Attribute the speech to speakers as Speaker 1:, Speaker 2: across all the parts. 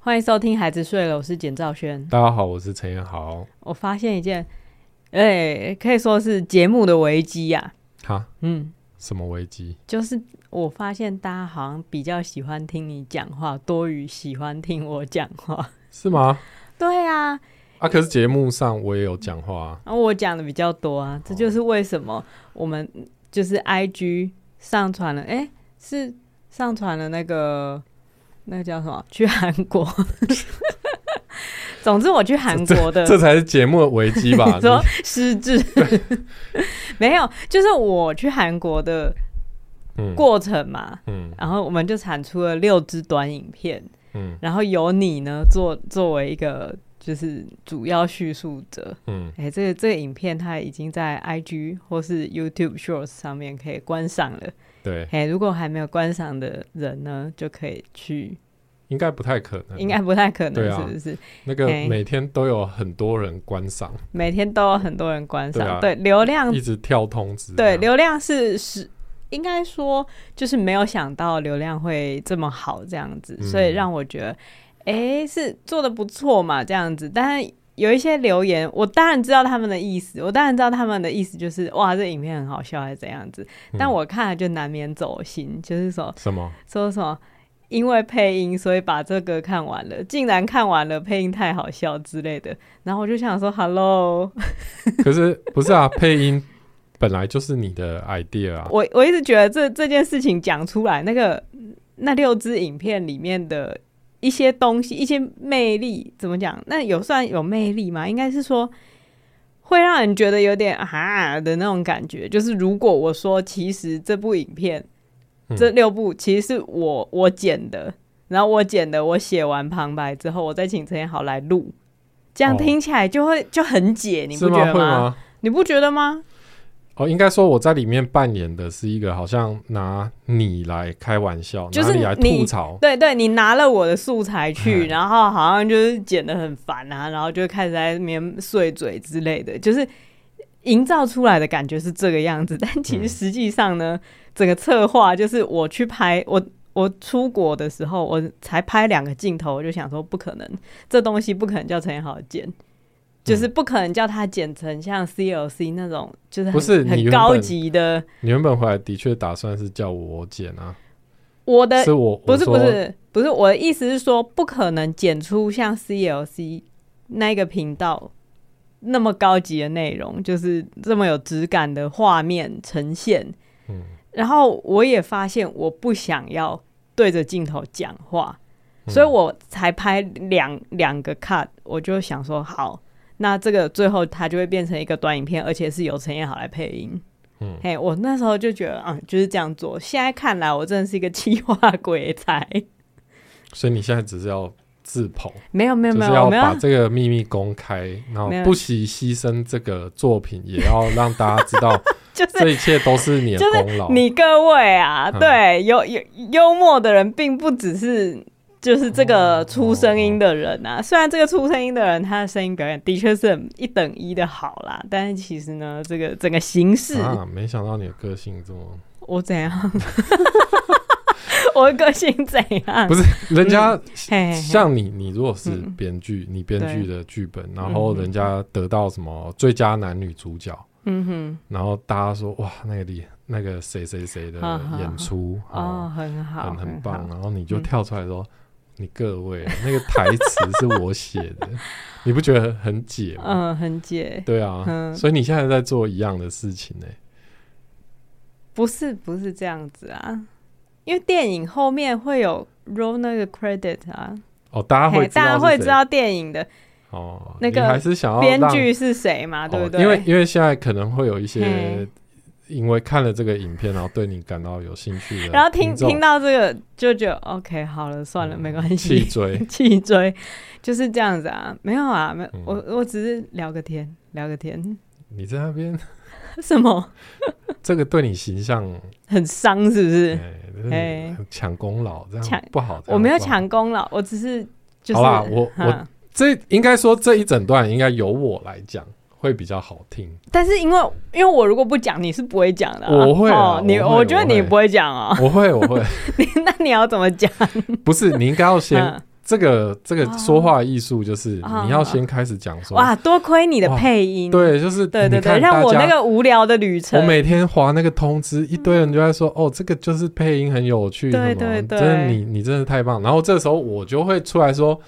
Speaker 1: 欢迎收听《孩子睡了》，我是简兆轩。
Speaker 2: 大家好，我是陈彦豪。
Speaker 1: 我发现一件，哎、可以说是节目的危机呀、
Speaker 2: 哈，
Speaker 1: 嗯，
Speaker 2: 什么危机？
Speaker 1: 就是我发现大家好像比较喜欢听你讲话，多于喜欢听我讲话。
Speaker 2: 是吗？
Speaker 1: 对啊，
Speaker 2: 啊，可是节目上我也有讲话、啊，
Speaker 1: 然后我讲的比较多啊，这就是为什么我们就是 I G 上传了，哎、是上传了那个那个叫什么？去韩国。 总之，我去韩国的
Speaker 2: 这才是节目的危机吧？
Speaker 1: 你呃说失智？ 没有，就是我去韩国的
Speaker 2: 嗯
Speaker 1: 过程嘛，
Speaker 2: 嗯
Speaker 1: 然后我们就产出了六支短影片，
Speaker 2: 嗯
Speaker 1: 然后由你呢作作为一个就是主要叙述者。
Speaker 2: 嗯，
Speaker 1: 哎、这个这个影片它已经在 IG 或是 YouTube Shorts 上面可以观赏了。
Speaker 2: 对，
Speaker 1: 哎、如果还没有观赏的人呢，就可以去，
Speaker 2: 应该不太可能。
Speaker 1: 应该哎不太可
Speaker 2: 对
Speaker 1: 能，
Speaker 2: 啊
Speaker 1: 是不是？
Speaker 2: 那个
Speaker 1: 嘿
Speaker 2: 每天都有很多人观赏，
Speaker 1: 每天都有很多人观赏，
Speaker 2: 对啊
Speaker 1: 对流量
Speaker 2: 一直跳通知。
Speaker 1: 嗯
Speaker 2: 啊嗯
Speaker 1: 对，
Speaker 2: 这样
Speaker 1: 流量是是应该说就是没有想到流量会这么好这样子，
Speaker 2: 嗯
Speaker 1: 所以让我觉得，哎、是做的不错嘛这样子，但是。有一些留言，我当然知道他们的意思，我当然知道他们的意思就是哇，这影片很好笑还是怎样子，但
Speaker 2: 嗯
Speaker 1: 我看了就难免走心，就是说
Speaker 2: 什么？
Speaker 1: 说什么因为配音所以把这个看完了，竟然看完了配音太好笑之类的，然后我就想说，hello，
Speaker 2: 可是不是啊？配音本来就是你的 idea 啊。
Speaker 1: 我我一直觉得这这件事情讲出来，那个那六支影片里面的一些东西，一些魅力，怎么讲？那有算有魅力吗？应该是说会让人觉得有点啊的那种感觉。就是如果我说，其实这部影片、
Speaker 2: 嗯
Speaker 1: 这六部其实是我我剪的，然后我剪的，我写完旁白之后，我再请陈彦豪来录。这样
Speaker 2: 哦
Speaker 1: 听起来就会就很解，你
Speaker 2: 是
Speaker 1: 不觉得
Speaker 2: 会吗？
Speaker 1: 你不觉得吗？
Speaker 2: 哦，应该说我在里面扮演的是一个好像拿你来开玩笑，
Speaker 1: 就是
Speaker 2: 拿你来
Speaker 1: 你
Speaker 2: 吐槽，
Speaker 1: 对对，你拿了我的素材去，
Speaker 2: 嗯
Speaker 1: 然后好像就是剪得很烦啊，然后就开始在那边碎嘴之类的，就是营造出来的感觉是这个样子，但其实
Speaker 2: 嗯
Speaker 1: 实际上呢，整个策划就是我去拍我。我出国的时候，我才拍两个镜头，我就想说不可能，这东西不可能叫陈彦豪剪，就是
Speaker 2: 嗯
Speaker 1: 不可能叫他剪成像 CLC 那种，就是很
Speaker 2: 不是你
Speaker 1: 很
Speaker 2: 原
Speaker 1: 高
Speaker 2: 本
Speaker 1: 级的。
Speaker 2: 你原本回来的确打算是叫我剪啊，
Speaker 1: 我的
Speaker 2: 是我
Speaker 1: 不是
Speaker 2: 我
Speaker 1: 不
Speaker 2: 说
Speaker 1: 是不是，我的意思是说，不可能剪出像 CLC 那个频道那么高级的内容，就是这么有质感的画面呈现。
Speaker 2: 嗯
Speaker 1: 然后我也发现，我不想要对着镜头讲话，所以
Speaker 2: 嗯
Speaker 1: 我才拍两两个 cut。我就想说，好，那这个最后它就会变成一个短影片，而且是由陈彦豪来配音。
Speaker 2: 嗯
Speaker 1: 嘿我那时候就觉得，啊，就是这样做。现在看来，我真的是一个气化鬼才。
Speaker 2: 所以你现在只是要自捧，
Speaker 1: 没有没有
Speaker 2: 就
Speaker 1: 没
Speaker 2: 是
Speaker 1: 有，我
Speaker 2: 要
Speaker 1: 们
Speaker 2: 把
Speaker 1: 要
Speaker 2: 这个秘密公开，然后
Speaker 1: 没有
Speaker 2: 不惜牺牲这个作品，也要让大家知 道
Speaker 1: 就是
Speaker 2: 这一切都是你的功劳。
Speaker 1: 你各位啊，
Speaker 2: 嗯
Speaker 1: 对，有有幽默的人，并不只是。就是这
Speaker 2: 哦
Speaker 1: 个出声音的人啊，虽然这个出声音的人他的声音表演的确是很一等一的好啦，但是其实呢，这个整个形式，
Speaker 2: 啊，没想到你的个性这么
Speaker 1: 我怎样， 我的个性怎样
Speaker 2: 不，是人家
Speaker 1: 嗯嘿嘿嘿
Speaker 2: 像你，你如果是
Speaker 1: 嗯
Speaker 2: 编剧，你编
Speaker 1: 对
Speaker 2: 剧的剧本，然后
Speaker 1: 嗯
Speaker 2: 人家得到什么最佳男女主角，
Speaker 1: 嗯
Speaker 2: 然后大家说哇，那个厉那个谁谁谁的
Speaker 1: 好好
Speaker 2: 演出啊
Speaker 1: 哼，哦，很好，
Speaker 2: 很很棒，啊
Speaker 1: 好
Speaker 2: 然后你就
Speaker 1: 嗯
Speaker 2: 跳出来说：“你各位，那个台词是我写的， 你不觉得很解吗？”
Speaker 1: 嗯，很解，
Speaker 2: 对啊，
Speaker 1: 嗯
Speaker 2: 所以你现在在做一样的事情呢、
Speaker 1: 不是不是这样子啊，因为电影后面会有 roll 那个 credit 啊，
Speaker 2: 哦，大家
Speaker 1: 嘿
Speaker 2: 会
Speaker 1: 大家
Speaker 2: 是
Speaker 1: 会
Speaker 2: 谁
Speaker 1: 知道电影的
Speaker 2: 哦，
Speaker 1: 那
Speaker 2: 你
Speaker 1: 个
Speaker 2: 还是想要
Speaker 1: 编
Speaker 2: 让
Speaker 1: 剧是谁嘛，
Speaker 2: 哦
Speaker 1: 对不对？
Speaker 2: 因为因为现在可能会有一些
Speaker 1: 嘿
Speaker 2: 因为看了这个影片，然后对你感到有兴趣的，
Speaker 1: 然后听听。到这个就觉得 OK，好了，算了，
Speaker 2: 嗯
Speaker 1: 没关
Speaker 2: 气
Speaker 1: 系，
Speaker 2: 追
Speaker 1: 气追就是这样子啊，没有啊，没
Speaker 2: 嗯
Speaker 1: 我我只是聊个天，聊个天，
Speaker 2: 你在那边，
Speaker 1: 什么
Speaker 2: 这个对你形象，
Speaker 1: 很伤是不是？
Speaker 2: 哎真的
Speaker 1: 哎
Speaker 2: 抢功劳这
Speaker 1: 抢
Speaker 2: 样不好。这
Speaker 1: 我
Speaker 2: 样
Speaker 1: 没有
Speaker 2: 不好
Speaker 1: 抢功劳，我只是就是
Speaker 2: 好啦我我
Speaker 1: 哈
Speaker 2: 这应该说这一整段应该由我来讲会比较好听。
Speaker 1: 但是因为因为我如果不讲，你是不会讲的啊、
Speaker 2: 我会啊
Speaker 1: 哦，你
Speaker 2: 我会
Speaker 1: 觉得
Speaker 2: 我会
Speaker 1: 你不会讲哦，
Speaker 2: 我会，我会，
Speaker 1: 那你要怎么讲？
Speaker 2: 不是你应该要先
Speaker 1: 嗯
Speaker 2: 这个这个
Speaker 1: 哦
Speaker 2: 说话艺术就是
Speaker 1: 哦
Speaker 2: 你要先开始讲说，
Speaker 1: 哇，多亏你的
Speaker 2: 哇
Speaker 1: 配音，
Speaker 2: 对，就是
Speaker 1: 对对
Speaker 2: 你看
Speaker 1: 对，让
Speaker 2: 大
Speaker 1: 我
Speaker 2: 家
Speaker 1: 那个无聊的旅程，
Speaker 2: 我每天划那个通知，一堆人就在说：“哦，这个就是配音很有趣，
Speaker 1: 对
Speaker 2: 什么
Speaker 1: 对对
Speaker 2: 真的你你真的太棒。”然后这时候我就会出来说：“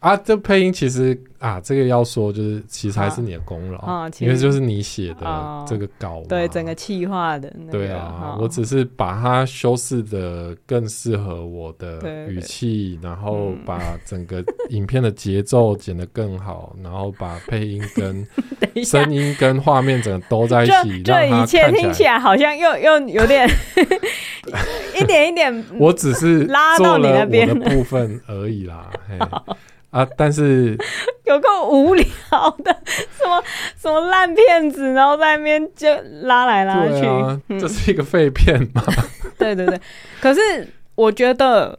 Speaker 2: 啊，这配音其实啊，这个要说就是其实还是你的功劳，
Speaker 1: 啊啊其
Speaker 2: 因为
Speaker 1: 实
Speaker 2: 就是哦你写
Speaker 1: 哦
Speaker 2: 的这个稿嘛，
Speaker 1: 对整个气化的那个，
Speaker 2: 对啊
Speaker 1: 哈，
Speaker 2: 我只是把它修饰的更适合我
Speaker 1: 对
Speaker 2: 的
Speaker 1: 对
Speaker 2: 语气，然后
Speaker 1: 嗯
Speaker 2: 把整个影片的节奏剪得更好，然后把配音跟
Speaker 1: 等一下。
Speaker 2: 声音跟画面整个都在一
Speaker 1: 这
Speaker 2: 起，
Speaker 1: 这
Speaker 2: 让
Speaker 1: 一
Speaker 2: 它
Speaker 1: 切
Speaker 2: 看
Speaker 1: 听
Speaker 2: 起
Speaker 1: 起
Speaker 2: 来。
Speaker 1: 来好像又又有 点 一点一点
Speaker 2: 我只是
Speaker 1: 拉到
Speaker 2: 做
Speaker 1: 你那
Speaker 2: 了我
Speaker 1: 边
Speaker 2: 的部分而 已啦，嘿啊，但是
Speaker 1: 有够无聊的，什么什么烂片子，然后在那边就拉来 拉去，
Speaker 2: 对啊，
Speaker 1: 嗯
Speaker 2: 这是一个废片嘛，
Speaker 1: 对对对。可是我觉得，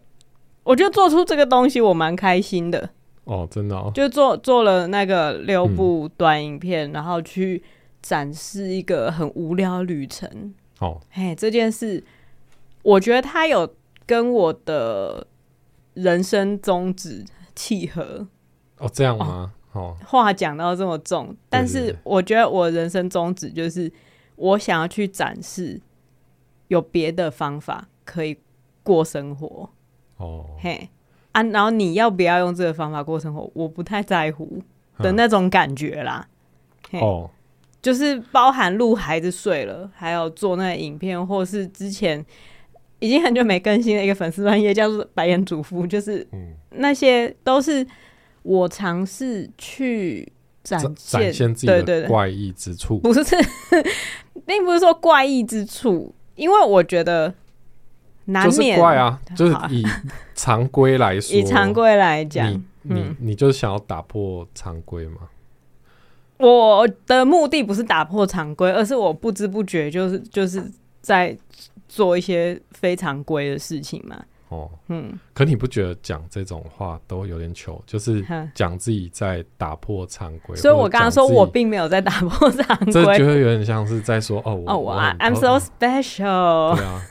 Speaker 1: 我觉得做出这个东西我蛮开心的，
Speaker 2: 哦，真的哦，
Speaker 1: 就做做了那个六部
Speaker 2: 嗯
Speaker 1: 短影片，然后去展示一个很无聊的旅程。
Speaker 2: 哦，
Speaker 1: 嘿，这件事，我觉得它有跟我的人生宗旨契合。
Speaker 2: 哦，这样吗？哦，
Speaker 1: 话讲到这么重，但
Speaker 2: 对
Speaker 1: 是
Speaker 2: 对
Speaker 1: 我觉得我人生宗旨就是，我想要去展示有别的方法可以过生活。
Speaker 2: 哦，
Speaker 1: 嘿啊，然后你要不要用这个方法过生活，我不太在乎的
Speaker 2: 嗯
Speaker 1: 那种感觉啦。嘿
Speaker 2: 哦，
Speaker 1: 就是包含录孩子睡了，还有做那个影片，或是之前已经很久没更新的一个粉丝专业叫做“白眼主妇”，就是
Speaker 2: 嗯
Speaker 1: 那些都是我尝试去展
Speaker 2: 展
Speaker 1: 现
Speaker 2: 展现自己
Speaker 1: 对对
Speaker 2: 的
Speaker 1: 对，
Speaker 2: 怪异之处，
Speaker 1: 不是，并不是说怪异之处，因为我觉得难
Speaker 2: 就是
Speaker 1: 免
Speaker 2: 怪 啊，就是
Speaker 1: 好啊
Speaker 2: 以常规来说，
Speaker 1: 以常规来讲，
Speaker 2: 你你
Speaker 1: 嗯
Speaker 2: 你就是想要打破常规嘛？
Speaker 1: 我的目的不是打破常规，而是我不知不觉就是就是在做一些非常规的事情嘛。
Speaker 2: 哦，
Speaker 1: 嗯，
Speaker 2: 可你不觉得讲这种话都有点糗？ 就是
Speaker 1: 哼
Speaker 2: 讲自己在打破常规，
Speaker 1: 所以我
Speaker 2: 或者
Speaker 1: 刚刚
Speaker 2: 讲
Speaker 1: 说
Speaker 2: 自己
Speaker 1: 我并没有在打破常
Speaker 2: 这就
Speaker 1: 规。
Speaker 2: 会有点像是在说哦，我
Speaker 1: 哦，我
Speaker 2: 我
Speaker 1: I-
Speaker 2: 很
Speaker 1: I'm
Speaker 2: 哦
Speaker 1: so special，
Speaker 2: 对啊，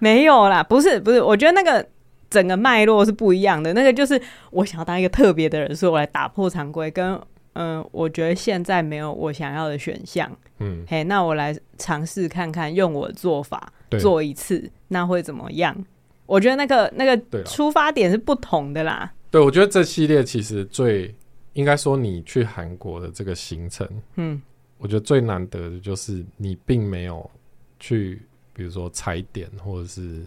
Speaker 1: 没有啦，不是不是，我觉得那个整个脉络是不一样的。那个就是我想要当一个特别的人，所以我来打破常规，跟嗯、呃我觉得现在没有我想要的选项，
Speaker 2: 嗯，
Speaker 1: 嘿，那我来尝试看看，用我的做法，
Speaker 2: 对，
Speaker 1: 做一次，那会怎么样？我觉得那个那
Speaker 2: 对啊
Speaker 1: 个
Speaker 2: 啦
Speaker 1: 出发点是不同的啦。
Speaker 2: 对，我觉得这系列其实最应该说你去韩国的这个行程，
Speaker 1: 嗯，
Speaker 2: 我觉得最难得的就是你并没有去，比如说踩点或者是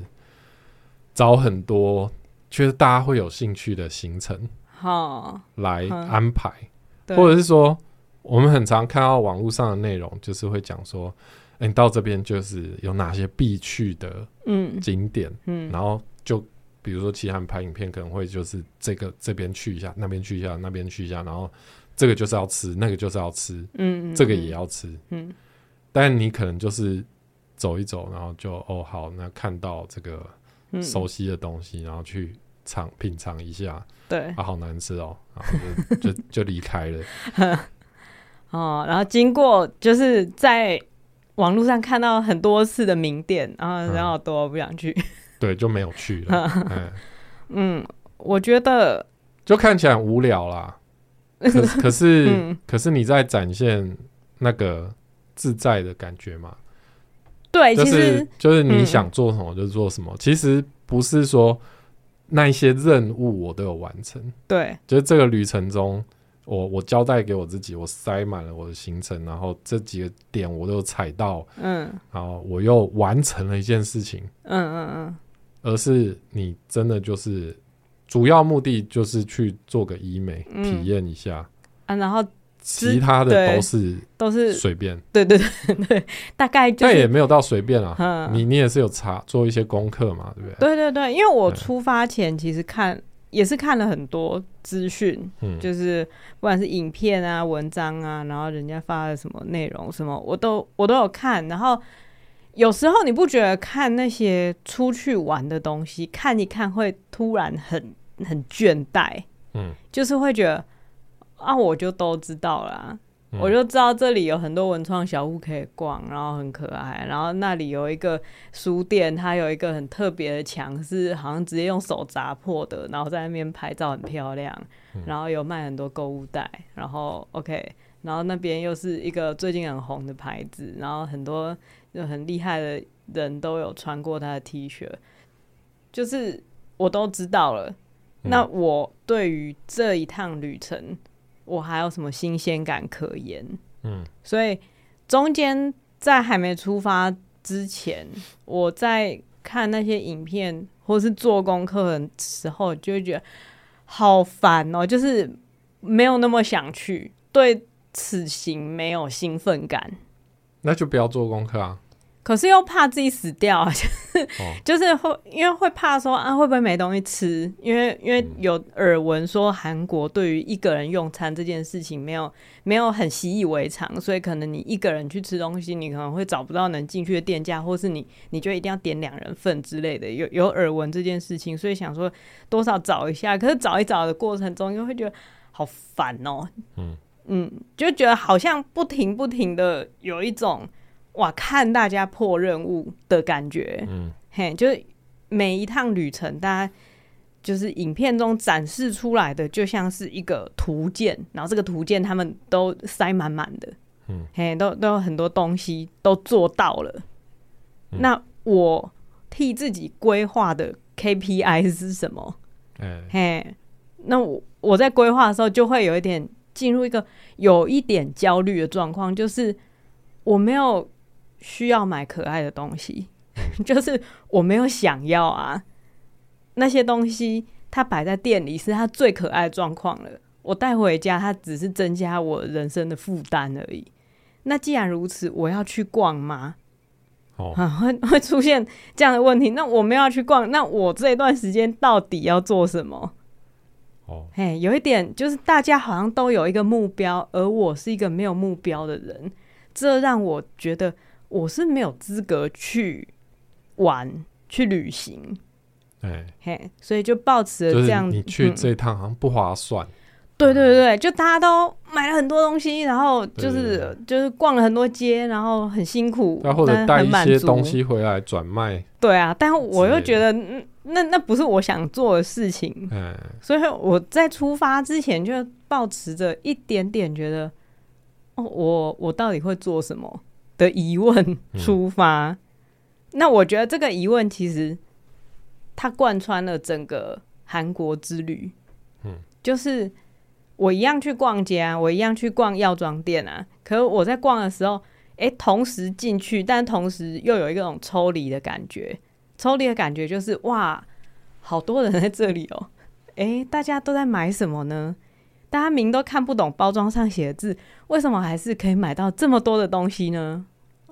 Speaker 2: 找很多，觉得大家会有兴趣的行程
Speaker 1: 好，
Speaker 2: 来
Speaker 1: 嗯
Speaker 2: 安排。
Speaker 1: 对，
Speaker 2: 或者是说，我们很常看到网络上的内容，就是会讲说，哎，你到这边就是有哪些必去的
Speaker 1: 嗯
Speaker 2: 景点，
Speaker 1: 嗯
Speaker 2: 然后就比如说，其他人拍影片可能会就是这个这边去一下，那边去一下，那边去一下，然后这个就是要吃，那个就是要吃，
Speaker 1: 嗯，
Speaker 2: 这个也
Speaker 1: 要，
Speaker 2: 要吃，
Speaker 1: 嗯
Speaker 2: 但你可能就是走一走，然后就哦好，那看到这个
Speaker 1: 嗯，
Speaker 2: 熟悉的东西，然后去尝品尝一下，
Speaker 1: 对
Speaker 2: 啊，好难吃哦，然后就 就就离开了。
Speaker 1: 哦，然后经过就是在网络上看到很多次的名店，然后
Speaker 2: 嗯
Speaker 1: 然后都不想去。
Speaker 2: 对，就没有去了，嗯，
Speaker 1: 嗯，我觉得，
Speaker 2: 就看起来很无聊啦。 可可是、
Speaker 1: 嗯，
Speaker 2: 可是你在展现那个自在的感觉嘛，
Speaker 1: 对，
Speaker 2: 就
Speaker 1: 哎其
Speaker 2: 是
Speaker 1: 实
Speaker 2: 就是你
Speaker 1: 嗯
Speaker 2: 想做什么就做什么，其实不是说那一些任务我都有完成，
Speaker 1: 对，
Speaker 2: 就是这个旅程中。我我交代给我自己，我塞满了我的行程，然后这几个点我都有踩到，
Speaker 1: 嗯
Speaker 2: 然后我又完成了一件事情，
Speaker 1: 嗯嗯嗯，
Speaker 2: 而是你真的就是主要目的就是去做个医美，
Speaker 1: 嗯
Speaker 2: 体验一下，
Speaker 1: 啊，然后
Speaker 2: 其他的
Speaker 1: 对
Speaker 2: 都是
Speaker 1: 都是，
Speaker 2: 随便，
Speaker 1: 对对对对，大概就
Speaker 2: 但
Speaker 1: 是
Speaker 2: 也没有到随便啊。
Speaker 1: 嗯
Speaker 2: 你你也是有查做一些功课嘛，对不对？
Speaker 1: 对对对，因为我
Speaker 2: 对
Speaker 1: 出发前其实看也是看了很多资讯，
Speaker 2: 嗯，
Speaker 1: 就是不管是影片啊、文章啊，然后人家发的什么内容什么，我都我都有看。然后有时候你不觉得看那些出去玩的东西，看一看会突然很很倦怠，
Speaker 2: 嗯，
Speaker 1: 就是会觉得啊，我就都知道啦、
Speaker 2: 嗯
Speaker 1: 我就知道这里有很多文创小屋可以逛，然后很可爱，然后那里有一个书店，它有一个很特别的墙，是好像直接用手砸破的，然后在那边拍照很漂亮，
Speaker 2: 嗯
Speaker 1: 然后有卖很多购物袋，然后 OK，然后那边又是一个最近很红的牌子，然后很多就很厉害的人都有穿过他的 T 恤，就是我都知道了。
Speaker 2: 嗯
Speaker 1: 那我对于这一趟旅程，我还有什么新鲜感可言？
Speaker 2: 嗯，
Speaker 1: 所以中间在还没出发之前，我在看那些影片或是做功课的时候，就会觉得好烦哦，就是没有那么想去，对此行没有兴奋感。
Speaker 2: 那就不要做功课啊。
Speaker 1: 可是又怕自己死掉啊，就是、
Speaker 2: 哦
Speaker 1: 就是会因为会怕说啊会不会没东西吃，因为因为有耳闻说韩国对于一个人用餐这件事情没有没有很习以为常，所以可能你一个人去吃东西，你可能会找不到能进去的店家，或是你你就一定要点两人份之类的，有有耳闻这件事情，所以想说多少找一下，可是找一找的过程中又会觉得好烦哦，
Speaker 2: 嗯
Speaker 1: 嗯，就觉得好像不停不停的有一种。哇，看大家破任务的感觉，
Speaker 2: 嗯，
Speaker 1: 嘿，就是每一趟旅程，大家就是影片中展示出来的，就像是一个图鉴，然后这个图鉴他们都塞满满的，
Speaker 2: 嗯，
Speaker 1: 嘿，都都有很多东西都做到了。
Speaker 2: 嗯
Speaker 1: 那我替自己规划的 KPI 是什么？
Speaker 2: 哎、
Speaker 1: 嘿，那我我在规划的时候就会有一点进入一个有一点焦虑的状况，就是我没有需要买可爱的东西， 就是我没有想要啊那些东西，它摆在店里是它最可爱的状况了。我带回家，它只是增加我人生的负担而已。那既然如此，我要去逛吗？
Speaker 2: 哦，
Speaker 1: 啊，会会出现这样的问题。那我们要去逛，那我这一段时间到底要做什么？
Speaker 2: 哦，
Speaker 1: 嘿，有一点就是大家好像都有一个目标，而我是一个没有目标的人，这让我觉得我是没有资格去玩、去旅行。
Speaker 2: 哎、
Speaker 1: 嘿，所以就抱持了
Speaker 2: 就
Speaker 1: 这
Speaker 2: 是
Speaker 1: 样，
Speaker 2: 你去
Speaker 1: 嗯
Speaker 2: 这趟好像不划算。
Speaker 1: 对对对，就大家都买了很多东西，然后就是
Speaker 2: 对对
Speaker 1: 就是逛了很多街，然后很辛苦，
Speaker 2: 那或
Speaker 1: 但
Speaker 2: 者
Speaker 1: 是
Speaker 2: 带
Speaker 1: 很
Speaker 2: 一
Speaker 1: 满
Speaker 2: 些
Speaker 1: 足
Speaker 2: 东西回来转卖，
Speaker 1: 对啊，但我又
Speaker 2: 之类的
Speaker 1: 觉得嗯那那不是我想做的事情，
Speaker 2: 嗯，
Speaker 1: 所以我在出发之前就抱持着一点点觉得，哦，我我到底会做什么的疑问
Speaker 2: 嗯
Speaker 1: 出发。那我觉得这个疑问其实它贯穿了整个韩国之旅，
Speaker 2: 嗯，
Speaker 1: 就是我一样去逛街啊，我一样去逛药妆店啊，可是我在逛的时候，诶，同时进去，但同时又有一种抽离的感觉。抽离的感觉就是哇，好多人在这里哦，诶，大家都在买什么呢？大家明都看不懂包装上写的字，为什么还是可以买到这么多的东西呢？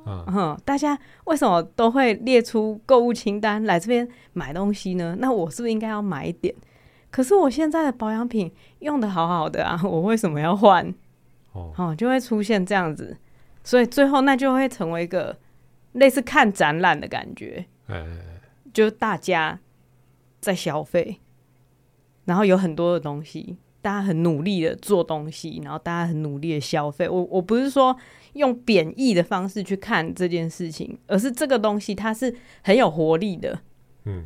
Speaker 2: 嗯
Speaker 1: 嗯，大家为什么都会列出购物清单来这边买东西呢？那我是不是应该要买一点？可是我现在的保养品用的好好的啊， 我为什么要换？
Speaker 2: 哦，
Speaker 1: 哦，就会出现这样子，所以最后那就会成为一个类似看展览的感觉，
Speaker 2: 哎、
Speaker 1: 就是大家在消费，然后有很多的东西，大家很努力的做东西，然后大家很努力的消费。我我不是说用贬义的方式去看这件事情，而是这个东西它是很有活力的，
Speaker 2: 嗯，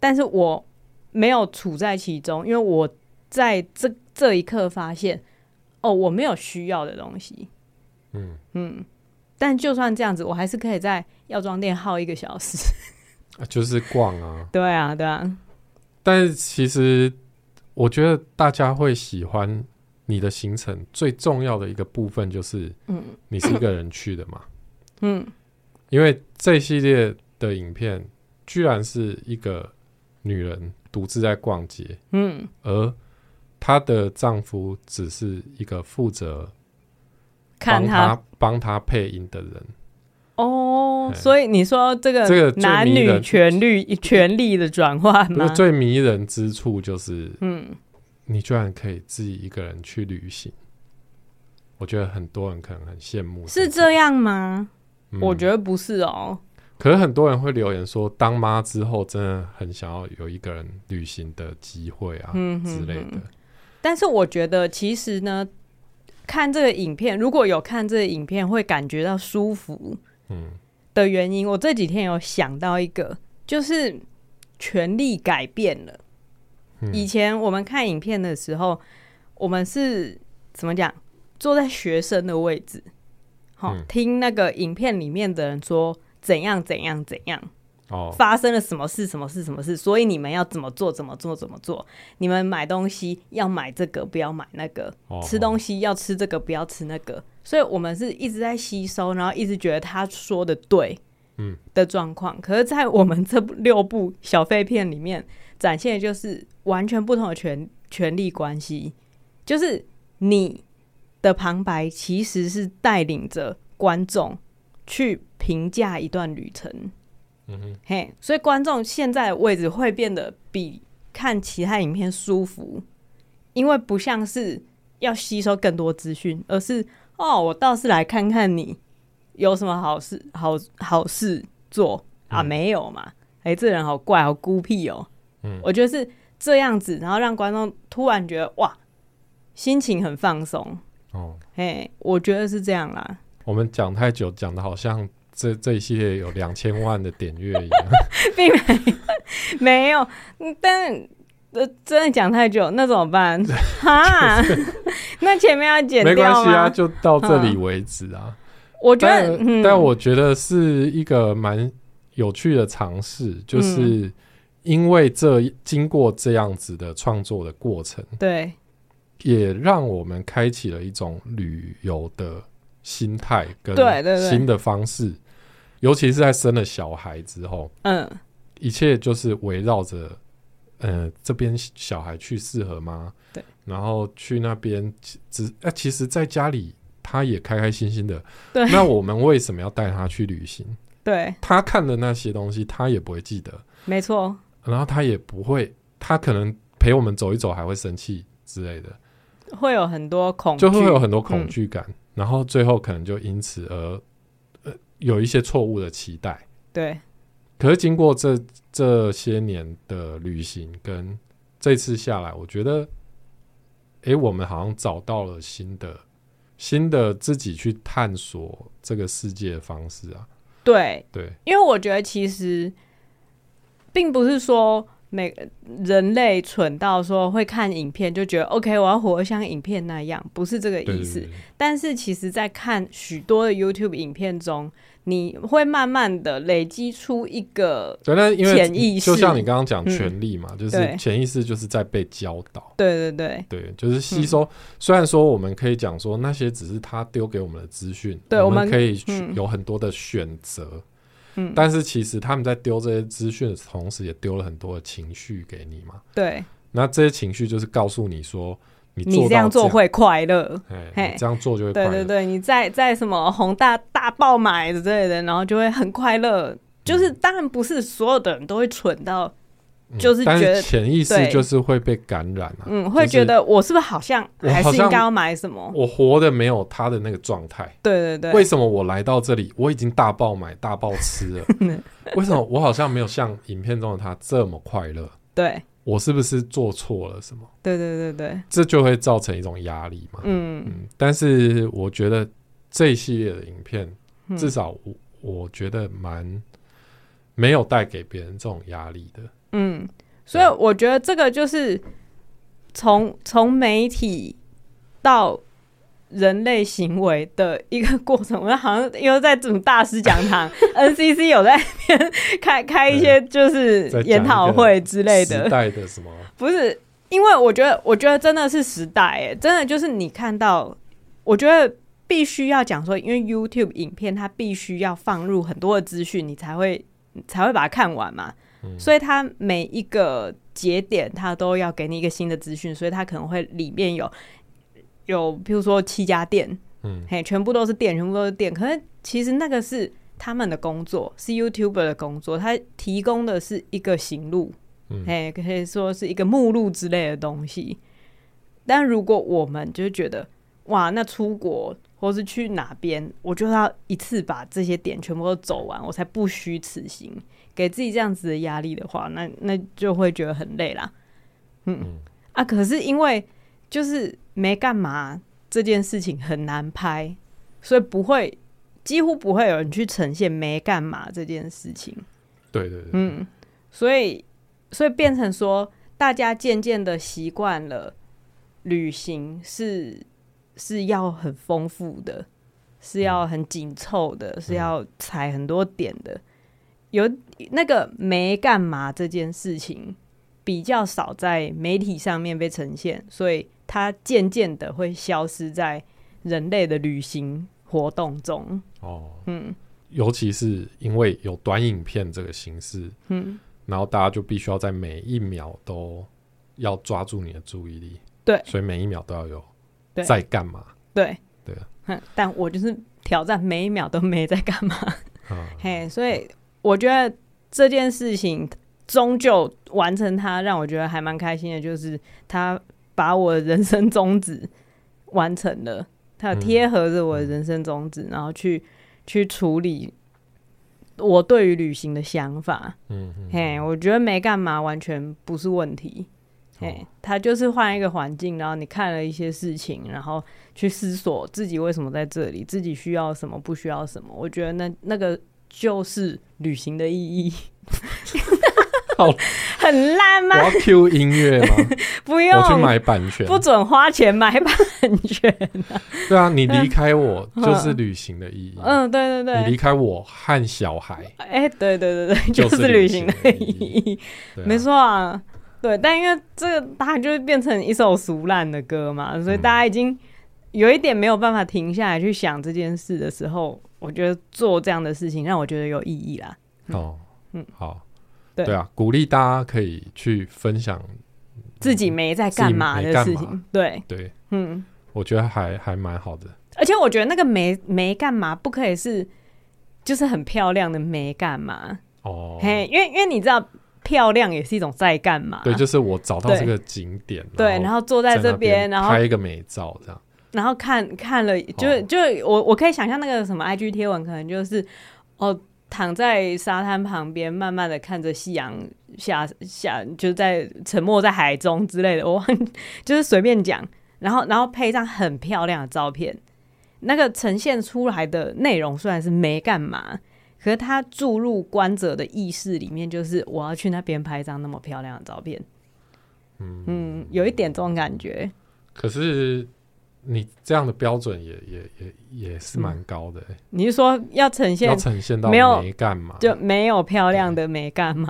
Speaker 1: 但是我没有处在其中，因为我在这这一刻发现，哦，我没有需要的东西，
Speaker 2: 嗯
Speaker 1: 但就算这样子，我还是可以在药妆店耗一个小时。
Speaker 2: 啊就是逛啊。
Speaker 1: 对啊，对啊，
Speaker 2: 但是其实我觉得大家会喜欢你的行程，最重要的一个部分就是，
Speaker 1: 嗯，
Speaker 2: 你是一个人去的嘛，
Speaker 1: 嗯，
Speaker 2: 因为这系列的影片居然是一个女人独自在逛街，
Speaker 1: 嗯，
Speaker 2: 而她的丈夫只是一个负责
Speaker 1: 看
Speaker 2: 帮
Speaker 1: 他
Speaker 2: 她帮她配音的人，
Speaker 1: 哦，
Speaker 2: 哎
Speaker 1: 所以你说这个
Speaker 2: 这个最
Speaker 1: 男
Speaker 2: 迷
Speaker 1: 女
Speaker 2: 人
Speaker 1: 权利权利的转换
Speaker 2: 不
Speaker 1: 吗
Speaker 2: 是？最迷人之处就是，
Speaker 1: 嗯，
Speaker 2: 你居然可以自己一个人去旅行，我觉得很多人可能很羡慕。
Speaker 1: 是这样吗？
Speaker 2: 嗯
Speaker 1: 我觉得不是哦。
Speaker 2: 可是很多人会留言说，当妈之后真的很想要有一个人旅行的机会啊、
Speaker 1: 嗯哼
Speaker 2: 之类的。
Speaker 1: 但是我觉得其实呢，看这个影片，如果有看这个影片会感觉到舒服
Speaker 2: 嗯
Speaker 1: 的原因，我这几天有想到一个，就是权力改变了。
Speaker 2: 嗯
Speaker 1: 以前我们看影片的时候，我们是怎么讲？坐在学生的位置，好、
Speaker 2: 嗯
Speaker 1: 听那个影片里面的人说怎样怎样怎样，
Speaker 2: 哦，
Speaker 1: 发生了什么事，什么事，什么事，所以你们要怎么做，怎么做，怎么做。你们买东西要买这个，不要买那个；
Speaker 2: 哦
Speaker 1: 吃东西要吃这个，不要吃那个。所以我们是一直在吸收，然后一直觉得他说的对，
Speaker 2: 嗯
Speaker 1: 的状况。可是，在我们这六部小废片里面，展现的就是完全不同的权权力关系，就是你的旁白其实是带领着观众去评价一段旅程。
Speaker 2: 嗯哼，
Speaker 1: 嘿，所以观众现在的位置会变得比看其他影片舒服，因为不像是要吸收更多资讯，而是哦，我倒是来看看你有什么好事好好事做啊？没有嘛？哎、这人好怪，好孤僻哦。
Speaker 2: 嗯
Speaker 1: 我觉得是这样子，然后让观众突然觉得哇，心情很放松。
Speaker 2: 哦，
Speaker 1: 嘿，我觉得是这样啦。
Speaker 2: 我们讲太久，讲的好像这这一系列有两千万的点阅一样。
Speaker 1: 并没没有，嗯但呃，真的讲太久，那怎么 办？哈， 那前面要 剪
Speaker 2: 没关
Speaker 1: 掉
Speaker 2: 系啊，
Speaker 1: 吗？
Speaker 2: 就到这里为止啊。
Speaker 1: 我觉
Speaker 2: 但
Speaker 1: 得，嗯，
Speaker 2: 但我觉得是一个蛮有趣的尝试，就是因为这经过这样子的创作的过程，
Speaker 1: 对
Speaker 2: 也让我们开启了一种旅游的心态跟
Speaker 1: 对对对
Speaker 2: 新的方式，尤其是在生了小孩之后，
Speaker 1: 嗯
Speaker 2: 一切就是围绕着，呃，这边小孩去适合吗？
Speaker 1: 对，
Speaker 2: 然后去那边只，呃，其实在家里他也开开心心的。
Speaker 1: 对
Speaker 2: 那我们为什么要带他去旅行？
Speaker 1: 对，
Speaker 2: 他看的那些东西，他也不会记得，
Speaker 1: 没错，
Speaker 2: 然后他也不会，他可能陪我们走一走还会生气之类的，
Speaker 1: 会有很多恐惧嗯
Speaker 2: 就，会有很多恐惧感，然后最后可能就因此而，呃，有一些错误的期待。
Speaker 1: 对
Speaker 2: 可是经过这这些年的旅行跟这次下来，我觉得，诶，我们好像找到了新的、新的自己去探索这个世界的方式啊。
Speaker 1: 对，
Speaker 2: 对，
Speaker 1: 因为我觉得其实并不是说每人类蠢到说会看影片就觉得 OK，我要活得像影片那样，不是这个
Speaker 2: 对
Speaker 1: 意
Speaker 2: 对
Speaker 1: 思
Speaker 2: 对。
Speaker 1: 但是其实，在看许多的 YouTube 影片中，你会慢慢的累积出一个，
Speaker 2: 对，那因为
Speaker 1: 潜意识
Speaker 2: 就像你刚刚讲
Speaker 1: 嗯
Speaker 2: 权力嘛，就是
Speaker 1: 对
Speaker 2: 潜意识就是在被教导。
Speaker 1: 对对对，
Speaker 2: 对，就是吸
Speaker 1: 嗯
Speaker 2: 收。虽然说我们可以讲说那些只是他丢给我们的资讯，
Speaker 1: 对
Speaker 2: 我
Speaker 1: 我
Speaker 2: 们
Speaker 1: 们
Speaker 2: 可以去
Speaker 1: 嗯
Speaker 2: 有很多的选择。
Speaker 1: 嗯
Speaker 2: 但是其实他们在丢这些资讯的同时，也丢了很多的情绪给你嘛。
Speaker 1: 对
Speaker 2: 那这些情绪就是告诉你说，你做
Speaker 1: 你
Speaker 2: 到
Speaker 1: 这样做，会快乐。
Speaker 2: 哎，
Speaker 1: 嘿
Speaker 2: 你这样做就会
Speaker 1: 对
Speaker 2: 快
Speaker 1: 对
Speaker 2: 乐。
Speaker 1: 对，你在在什么宏大大爆买之类的，然后就会很快乐。就是当然不是所有的人都会蠢到，
Speaker 2: 嗯
Speaker 1: 就是
Speaker 2: 但
Speaker 1: 觉
Speaker 2: 是
Speaker 1: 得
Speaker 2: 潜意识
Speaker 1: 对
Speaker 2: 就是会被感染啊。
Speaker 1: 嗯，会
Speaker 2: 就是
Speaker 1: 觉得我是不是好像
Speaker 2: 我
Speaker 1: 还
Speaker 2: 好
Speaker 1: 是
Speaker 2: 像
Speaker 1: 应该要买什么？
Speaker 2: 我活的没有他的那个状态。
Speaker 1: 对对
Speaker 2: 为
Speaker 1: 对，
Speaker 2: 什么我来到这里，我已经大爆买、大爆 吃了？为什么我好像没有像影片中的他这么快乐？
Speaker 1: 对
Speaker 2: 我是不是做错了什么？
Speaker 1: 对对对对，
Speaker 2: 这就会造成一种压力嘛。
Speaker 1: 嗯，
Speaker 2: 嗯，但是我觉得这一系列的影片，
Speaker 1: 嗯
Speaker 2: 至少我我觉得蛮没有带给别人这种压力的。
Speaker 1: 嗯，所以
Speaker 2: 对
Speaker 1: 我觉得这个就是从从媒体到人类行为的一个过程。我们好像又在这种大师讲 堂，NCC 有在那边开开一些就是
Speaker 2: 在讲一个
Speaker 1: 研讨会之类
Speaker 2: 时
Speaker 1: 的，
Speaker 2: 代的什么？
Speaker 1: 不是因为我觉得，我觉得真的是时代、欸，真的就是你看到，我觉得。必须要讲说，因为 YouTube 影片它必须要放入很多的资讯，你才会才会把它看完嘛。
Speaker 2: 嗯
Speaker 1: 所以它每一个节点，它都要给你一个新的资讯，所以它可能会里面有有，譬如说七家店，
Speaker 2: 嗯
Speaker 1: 嘿，全部都是店，全部都是店。可是其实那个是他们的工作，是 YouTuber 的工作，他提供的是一个行路，
Speaker 2: 嗯，
Speaker 1: 哎，可以说是一个目录之类的东西。但如果我们就觉得哇，那出国或是去哪边，我就要一次把这些点全部都走完，我才不虚此行。给自己这样子的压力的话，那那就会觉得很累啦。嗯
Speaker 2: 嗯
Speaker 1: 啊，可是因为就是没干嘛，这件事情很难拍，所以不会几乎不会有人去呈现没干嘛这件事情。
Speaker 2: 对对对，
Speaker 1: 嗯，所以所以变成说，大家渐渐的习惯了旅行是是要很丰富的，是要很紧凑的，是要踩很多点的。有那个没干嘛这件事情比较少在媒体上面被呈现，所以它渐渐的会消失在人类的旅行活动中。
Speaker 2: 哦，嗯，尤其是因为有短影片这个形式，嗯，然后大家就必须要在每一秒都要抓住你的注意力，
Speaker 1: 对
Speaker 2: 所以每一秒都要有
Speaker 1: 对
Speaker 2: 在干嘛
Speaker 1: 对
Speaker 2: 对啊
Speaker 1: 哼但我就是挑战每一秒都没在干嘛，
Speaker 2: 啊、
Speaker 1: 嘿，所以我觉得这件事情终究完成它，让我觉得还蛮开心的，就是他把我的人生宗旨完成了，他有
Speaker 2: 嗯
Speaker 1: 贴合着我的人生宗旨，然后去去处理我对于旅行的想法。
Speaker 2: 嗯嗯，
Speaker 1: 嘿，我觉得没干嘛，完全不是问题。
Speaker 2: 哦
Speaker 1: 嘿，他就是换一个环境，然后你看了一些事情，然后去思索自己为什么在这里，自己需要什么，不需要什么。我觉得那那个就是旅行的意义。
Speaker 2: 好
Speaker 1: 很烂
Speaker 2: 我
Speaker 1: 吗？
Speaker 2: 要 Q 音乐吗？
Speaker 1: 不用，
Speaker 2: 我去买版权，
Speaker 1: 不准花钱买版权。
Speaker 2: 对啊，你离开我就是旅行的意义，
Speaker 1: 嗯，对对
Speaker 2: 你离
Speaker 1: 对，
Speaker 2: 开我和小孩，
Speaker 1: 哎、对对对对，
Speaker 2: 就是是
Speaker 1: 旅
Speaker 2: 旅
Speaker 1: 行
Speaker 2: 行
Speaker 1: 的
Speaker 2: 的
Speaker 1: 意
Speaker 2: 意
Speaker 1: 义。
Speaker 2: 对啊
Speaker 1: 没错啊，对，但因为这个它就会变成一首俗烂的歌嘛，所以
Speaker 2: 嗯
Speaker 1: 大家已经有一点没有办法停下来去想这件事的时候，我觉得做这样的事情让我觉得有意义啦。
Speaker 2: 哦，
Speaker 1: 嗯
Speaker 2: 嗯，好，
Speaker 1: 对
Speaker 2: 啊，鼓励大家可以去分享，
Speaker 1: 自己没在干嘛的事
Speaker 2: 自己没干
Speaker 1: 情，对，
Speaker 2: 对
Speaker 1: 嗯，
Speaker 2: 我觉得还还蛮好的，
Speaker 1: 而且我觉得那个没没干嘛不可以是，就是很漂亮的没干嘛，
Speaker 2: 哦，
Speaker 1: 嘿，因为因为你知道漂亮也是一种在干嘛，
Speaker 2: 对，就是我找到
Speaker 1: 对
Speaker 2: 这个景点，
Speaker 1: 对，然后坐在
Speaker 2: 在
Speaker 1: 这
Speaker 2: 那
Speaker 1: 边，然后
Speaker 2: 拍一个美照，这样，
Speaker 1: 然后看看了，就是、
Speaker 2: 哦
Speaker 1: 就是我我可以想象那个什么 IG 贴文，可能就是哦，躺在沙滩旁边，慢慢的看着夕阳下下，就在沉没在海中之类的，我忘 就是随便讲，然后然后配上很漂亮的照片，那个呈现出来的内容虽然是没干嘛。可是它注入观者的意识里面，就是我要去那边拍一张那么漂亮的照片，
Speaker 2: 嗯，
Speaker 1: 嗯，有一点这种感觉，
Speaker 2: 可是你这样的标准也也也也是蛮高的、欸
Speaker 1: 你是说要呈嗯现
Speaker 2: 要呈现到
Speaker 1: 没有
Speaker 2: 没干嘛，
Speaker 1: 就没有漂亮的没干嘛。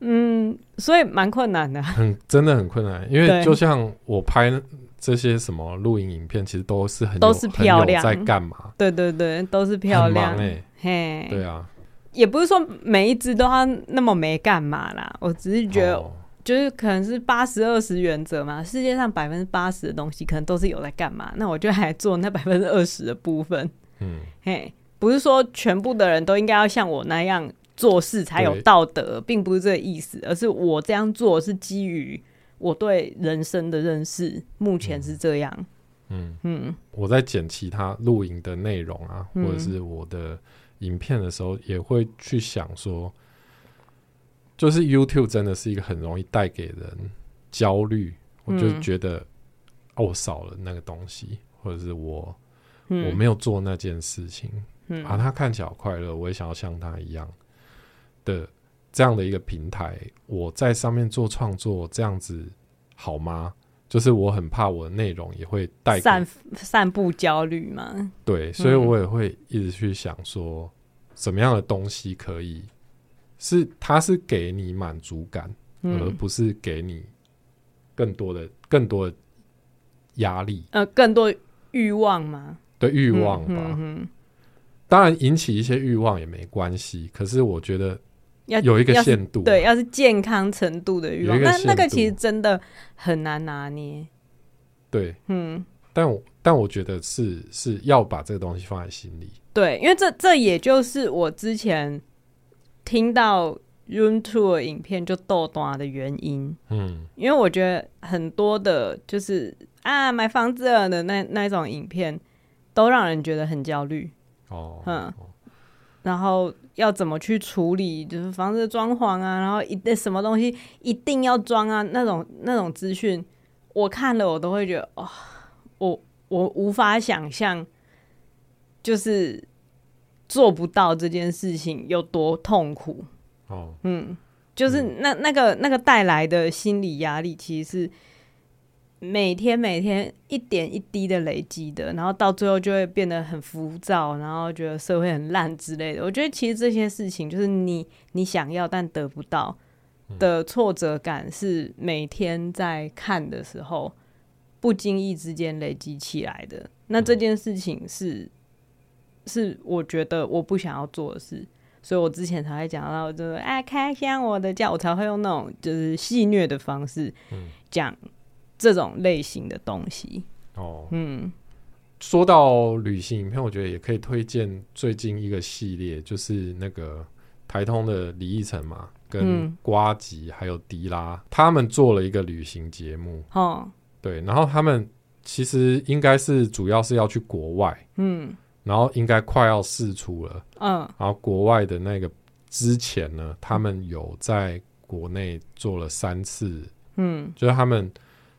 Speaker 1: 嗯，所以蛮困难的啊。
Speaker 2: 很真的很困难，因
Speaker 1: 对
Speaker 2: 为就像我拍这些什么录影影片，其实都是很有
Speaker 1: 都是漂亮
Speaker 2: 很有在干嘛，
Speaker 1: 对对对，都是漂亮哎
Speaker 2: 很忙。欸
Speaker 1: 嘿，
Speaker 2: 对啊，
Speaker 1: 也不是说每一只都要那么没干嘛啦，我只是觉得
Speaker 2: 哦
Speaker 1: 就是可能是八十二十原则嘛，世界上百分之八十的东西可能都是有在干嘛，那我就还做那百分之二十的部分。
Speaker 2: 嗯，
Speaker 1: 嘿，不是说全部的人都应该要像我那样做事才有
Speaker 2: 对
Speaker 1: 道德，并不是这个意思，而是我这样做是基于我对人生的认识，目前是这样。
Speaker 2: 嗯，我在剪其他录影的内容啊，
Speaker 1: 嗯
Speaker 2: 或者是我的影片的时候，也会去想说，就是 YouTube 真的是一个很容易带给人焦虑，我就
Speaker 1: 嗯
Speaker 2: 觉得、哦，我少了那个东西，或者是我、我
Speaker 1: 嗯
Speaker 2: 没有做那件事情、
Speaker 1: 嗯
Speaker 2: 啊，他看起来好快乐，我也想要像他一样的这样的一个平台，我在上面做创作，这样子好吗？就是我很怕我的内容也会带给
Speaker 1: 散散步焦虑嘛，
Speaker 2: 对，所以
Speaker 1: 嗯
Speaker 2: 我也会一直去想说，什么样的东西可以是它是给你满足感，而
Speaker 1: 嗯
Speaker 2: 不是给你更多的更多的压力
Speaker 1: 呃，更多欲望嘛，
Speaker 2: 的欲望吧。
Speaker 1: 嗯嗯嗯
Speaker 2: 当然，引起一些欲望也没关系，可是我觉得
Speaker 1: 要
Speaker 2: 有一个
Speaker 1: 要是
Speaker 2: 限度啊，
Speaker 1: 对，要是健康程度的欲望，
Speaker 2: 有一个
Speaker 1: 那那个
Speaker 2: 限度
Speaker 1: 其实真的很难拿捏。
Speaker 2: 对，
Speaker 1: 嗯，
Speaker 2: 但我但我觉得是是要把这个东西放在心里，
Speaker 1: 对，因为这这也就是我之前听到 Room Tour 影片就豆短的原因，
Speaker 2: 嗯
Speaker 1: 因为我觉得很多的就是啊买房子了的那那一种影片，都让人觉得很焦虑，
Speaker 2: 哦，
Speaker 1: 嗯
Speaker 2: 哦
Speaker 1: 然后要怎么去处理，就是房子的装潢啊，然后一什么东西一定要装啊那种那种资讯，我看了我都会觉得，哦，我我无法想象，就是做不到这件事情有多痛苦。
Speaker 2: 哦，
Speaker 1: 就是那那个那个带来的心理压力，其实是每天每天一点一滴的累积的，然后到最后就会变得很浮躁，然后觉得社会很烂之类的。我觉得其实这些事情，就是你你想要但得不到的挫折感，是每天在看的时候不经意之间累积起来的。那这件事情是是我觉得我不想要做的事，所以我之前才会讲到，就是哎，开箱我的家，我才会用那种就是戏谑的方式讲这种类型的东西。
Speaker 2: 哦，嗯，说到旅行影片，我觉得也可以推荐最近一个系列，就是那个台通的李义成嘛，跟
Speaker 1: 嗯
Speaker 2: 瓜吉还有迪拉，他们做了一个旅行节目。
Speaker 1: 哦，
Speaker 2: 对，然后他们其实应该是主要是要去国外，
Speaker 1: 嗯
Speaker 2: 然后应该快要试出了，
Speaker 1: 嗯
Speaker 2: 然后国外的那个之前呢，他们有在国内做了三次，
Speaker 1: 嗯
Speaker 2: 就是他们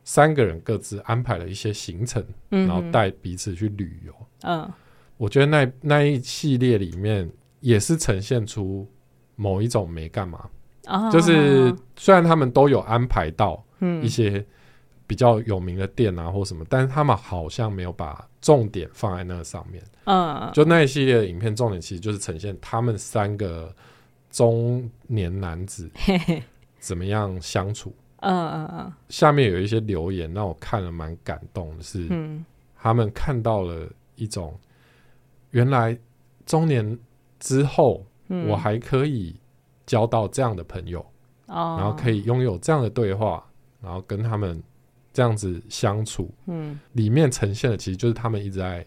Speaker 2: 三个人各自安排了一些行程，
Speaker 1: 嗯，
Speaker 2: 然后带彼此去旅游。
Speaker 1: 嗯
Speaker 2: 我觉得那那一系列里面也是呈现出某一种没干嘛，
Speaker 1: 啊，
Speaker 2: 就是虽然他们都有安排到一
Speaker 1: 嗯
Speaker 2: 些比较有名的店啊或什么，但是他们好像没有把重点放在那上面。
Speaker 1: 嗯
Speaker 2: 就那一系列的影片，重点其实就是呈现他们三个中年男子
Speaker 1: 嘿嘿
Speaker 2: 怎么样相处。
Speaker 1: 嗯嗯
Speaker 2: 下面有一些留言让我看了蛮感动的是，
Speaker 1: 嗯
Speaker 2: 他们看到了一种原来中年之后
Speaker 1: 嗯，
Speaker 2: 我还可以交到这样的朋友，
Speaker 1: 哦，
Speaker 2: 然后可以拥有这样的对话，然后跟他们这样子相处，
Speaker 1: 嗯
Speaker 2: 里面呈现的其实就是他们一直在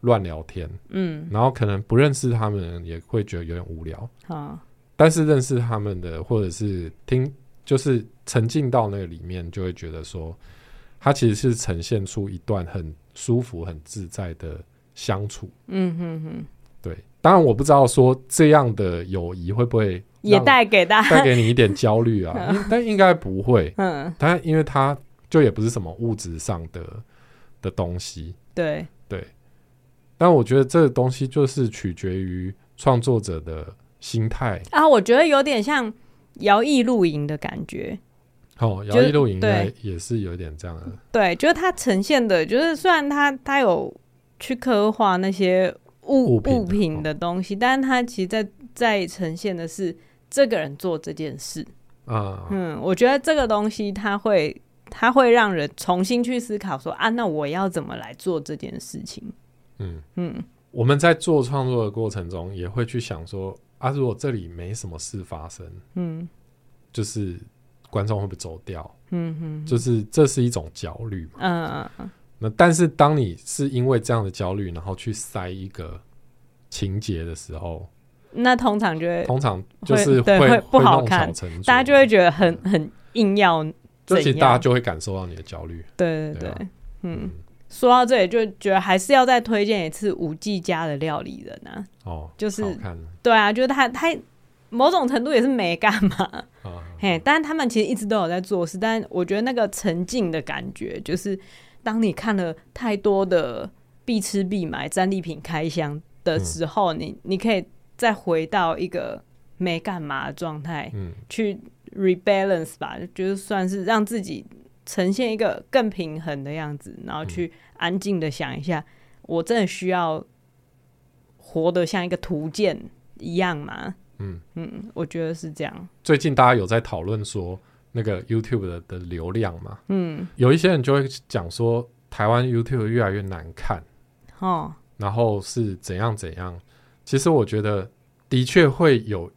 Speaker 2: 乱聊天，
Speaker 1: 嗯
Speaker 2: 然后可能不认识他们的人也会觉得有点无聊，
Speaker 1: 好
Speaker 2: 但是认识他们的或者是听，就是沉浸到那个里面，就会觉得说，它其实是呈现出一段很舒服、很自在的相处。
Speaker 1: 嗯哼哼，
Speaker 2: 对，当然我不知道说这样的友谊会不会
Speaker 1: 也
Speaker 2: 让
Speaker 1: 带给大家
Speaker 2: 带给你一点焦虑啊，应 但应该不会。
Speaker 1: 嗯
Speaker 2: 但因为它就也不是什么物质上的的东西，
Speaker 1: 对
Speaker 2: 对，但我觉得这个东西就是取决于创作者的心态。
Speaker 1: 啊，我觉得有点像摇曳露营的感觉。就
Speaker 2: 哦，摇
Speaker 1: 是
Speaker 2: 曳露营应该
Speaker 1: 对
Speaker 2: 也是有点这样的。
Speaker 1: 对，就是它呈现的，就是虽然它它有去刻画那些物
Speaker 2: 物品哦
Speaker 1: 品的东西，但是它其实在在呈现的是这个人做这件事。
Speaker 2: 啊、
Speaker 1: 嗯，我觉得这个东西它会它会让人重新去思考说啊，那我要怎么来做这件事情？
Speaker 2: 嗯，
Speaker 1: 嗯
Speaker 2: 我们在做创作的过程中，也会去想说啊，如果这里没什么事发生，
Speaker 1: 嗯
Speaker 2: 就是观众会不会走掉？
Speaker 1: 嗯嗯
Speaker 2: 就是这是一种焦虑嘛。
Speaker 1: 嗯嗯
Speaker 2: 那但是当你是因为这样的焦虑，然后去塞一个情节的时候，
Speaker 1: 那通常就会
Speaker 2: 通常就是
Speaker 1: 会对会不好
Speaker 2: 弄
Speaker 1: 看
Speaker 2: 巧成拙，
Speaker 1: 大家就会觉得很很硬要怎样，
Speaker 2: 就其实大家就会感受到你的焦虑。
Speaker 1: 对对
Speaker 2: 对
Speaker 1: 对，
Speaker 2: 啊
Speaker 1: 嗯。说到这里，就觉得还是要再推荐一次吴季家的料理人啊，
Speaker 2: 哦，
Speaker 1: 就是
Speaker 2: 好看
Speaker 1: 对啊，就是他他某种程度也是没干嘛，
Speaker 2: 啊，
Speaker 1: 嘿，但是他们其实一直都有在做事，但我觉得那个沉浸的感觉，就是当你看了太多的必吃必买战利品开箱的时候，你你可以再回到一个没干嘛的状态，
Speaker 2: 嗯
Speaker 1: 去 rebalance 吧，就是算是让自己呈现一个更平衡的样子，然后
Speaker 2: 嗯
Speaker 1: 去安静的想一下，我真的需要活得像一个图鉴一样吗？
Speaker 2: 嗯，
Speaker 1: 嗯，我觉得是这样。
Speaker 2: 最近大家有在讨论说那个 YouTube 的的流量嘛，嗯，有一些人就会讲说台湾 YouTube 越来越难看，
Speaker 1: 哦，
Speaker 2: 然后是怎样怎样。其实我觉得的确会有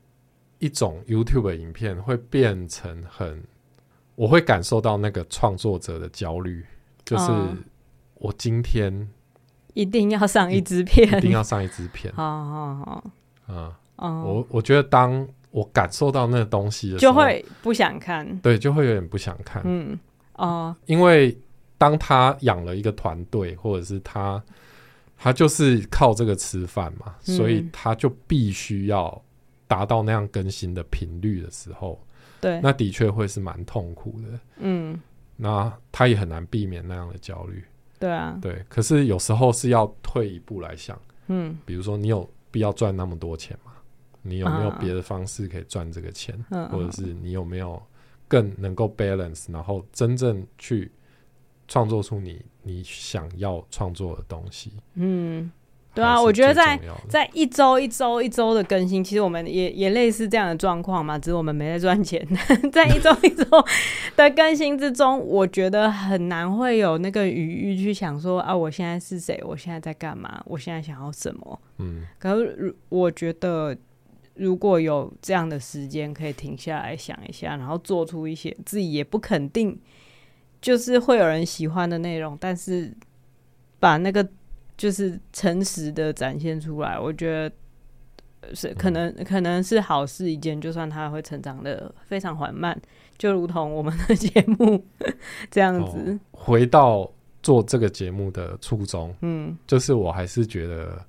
Speaker 2: 一种 YouTube 的影片会变成很，我会感受到那个创作者的焦虑，就是
Speaker 1: 嗯
Speaker 2: 我今天
Speaker 1: 一定要上一支
Speaker 2: 一
Speaker 1: 片，
Speaker 2: 定要上一支片
Speaker 1: 好好好，
Speaker 2: 啊、
Speaker 1: 哦，
Speaker 2: 我我觉得当我感受到那个东西的时
Speaker 1: 就
Speaker 2: 候，
Speaker 1: 会不想看，
Speaker 2: 对就会有点不想看，
Speaker 1: 嗯，哦，
Speaker 2: 因为当他养了一个团队，或者是他他就是靠这个吃饭嘛，
Speaker 1: 嗯
Speaker 2: 所以他就必须要达到那样更新的频率的时候，
Speaker 1: 对，
Speaker 2: 那的确会是蛮痛苦的。
Speaker 1: 嗯
Speaker 2: 那他也很难避免那样的焦虑。
Speaker 1: 对啊，
Speaker 2: 对，可是有时候是要退一步来想，
Speaker 1: 嗯
Speaker 2: 比如说你有必要赚那么多钱吗？你有没有
Speaker 1: 啊
Speaker 2: 别的方式可以赚这个钱？
Speaker 1: 嗯，
Speaker 2: 或者是你有没有更能够 balance，然后真正去创作出你你想要创作的东西？
Speaker 1: 嗯，对啊
Speaker 2: 还是
Speaker 1: 我觉得
Speaker 2: 最
Speaker 1: 在
Speaker 2: 重要的
Speaker 1: 在一周一周一周的更新，其实我们也也类似这样的状况嘛，只是我们没在赚钱。 在一周一周的更新之中，我觉得很难会有那个余裕去想说啊，我现在是谁？我现在在干嘛？我现在想要什么？
Speaker 2: 嗯，
Speaker 1: 可是如我觉得，如果有这样的时间，可以停下来想一下，然后做出一些自己也不肯定，就是会有人喜欢的内容，但是把那个就是诚实的展现出来，我觉得。是可能
Speaker 2: 嗯
Speaker 1: 可能是好事一件，就算它会成长的非常缓慢，就如同我们的节目这样
Speaker 2: 哦
Speaker 1: 子。
Speaker 2: 回到做这个节目的初衷，
Speaker 1: 嗯
Speaker 2: 就是我还是觉得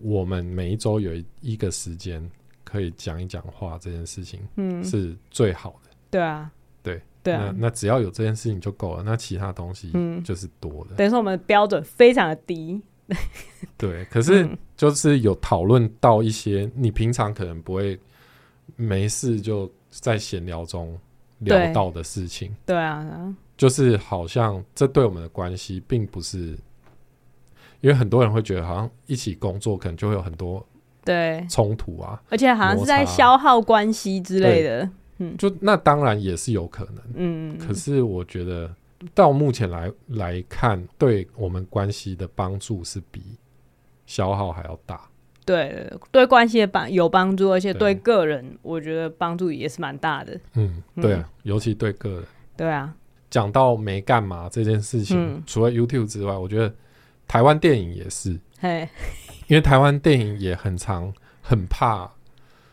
Speaker 2: 我们每一周有一一个时间可以讲一讲话，这件事情
Speaker 1: 嗯，
Speaker 2: 是最好的。
Speaker 1: 对啊，
Speaker 2: 对
Speaker 1: 对啊，
Speaker 2: 那那只要有这件事情就够了，那其他东西
Speaker 1: 嗯
Speaker 2: 就是多的。
Speaker 1: 等于说我们的标准非常的低，
Speaker 2: 对，可是
Speaker 1: 嗯
Speaker 2: 就是有讨论到一些你平常可能不会没事就在闲聊中聊
Speaker 1: 对
Speaker 2: 到的事情，
Speaker 1: 对啊，对啊
Speaker 2: 就是好像这对我们的关系并不是。因为很多人会觉得，好像一起工作可能就会有很多
Speaker 1: 对，
Speaker 2: 冲突啊，
Speaker 1: 而且好像是在
Speaker 2: 摩擦
Speaker 1: 消耗关系之类的。
Speaker 2: 就那当然也是有可能，
Speaker 1: 嗯，
Speaker 2: 可是我觉得到目前来来看，对我们关系的帮助是比消耗还要大。
Speaker 1: 对对，关系也帮有帮助，而且
Speaker 2: 对
Speaker 1: 对个人，我觉得帮助也是蛮大的。
Speaker 2: 嗯，对啊，尤其对个人。
Speaker 1: 对啊，
Speaker 2: 讲到没干嘛这件事情，
Speaker 1: 嗯
Speaker 2: 除了 YouTube 之外，我觉得台湾电影也是，
Speaker 1: 嘿，
Speaker 2: 因为台湾电影也很常很怕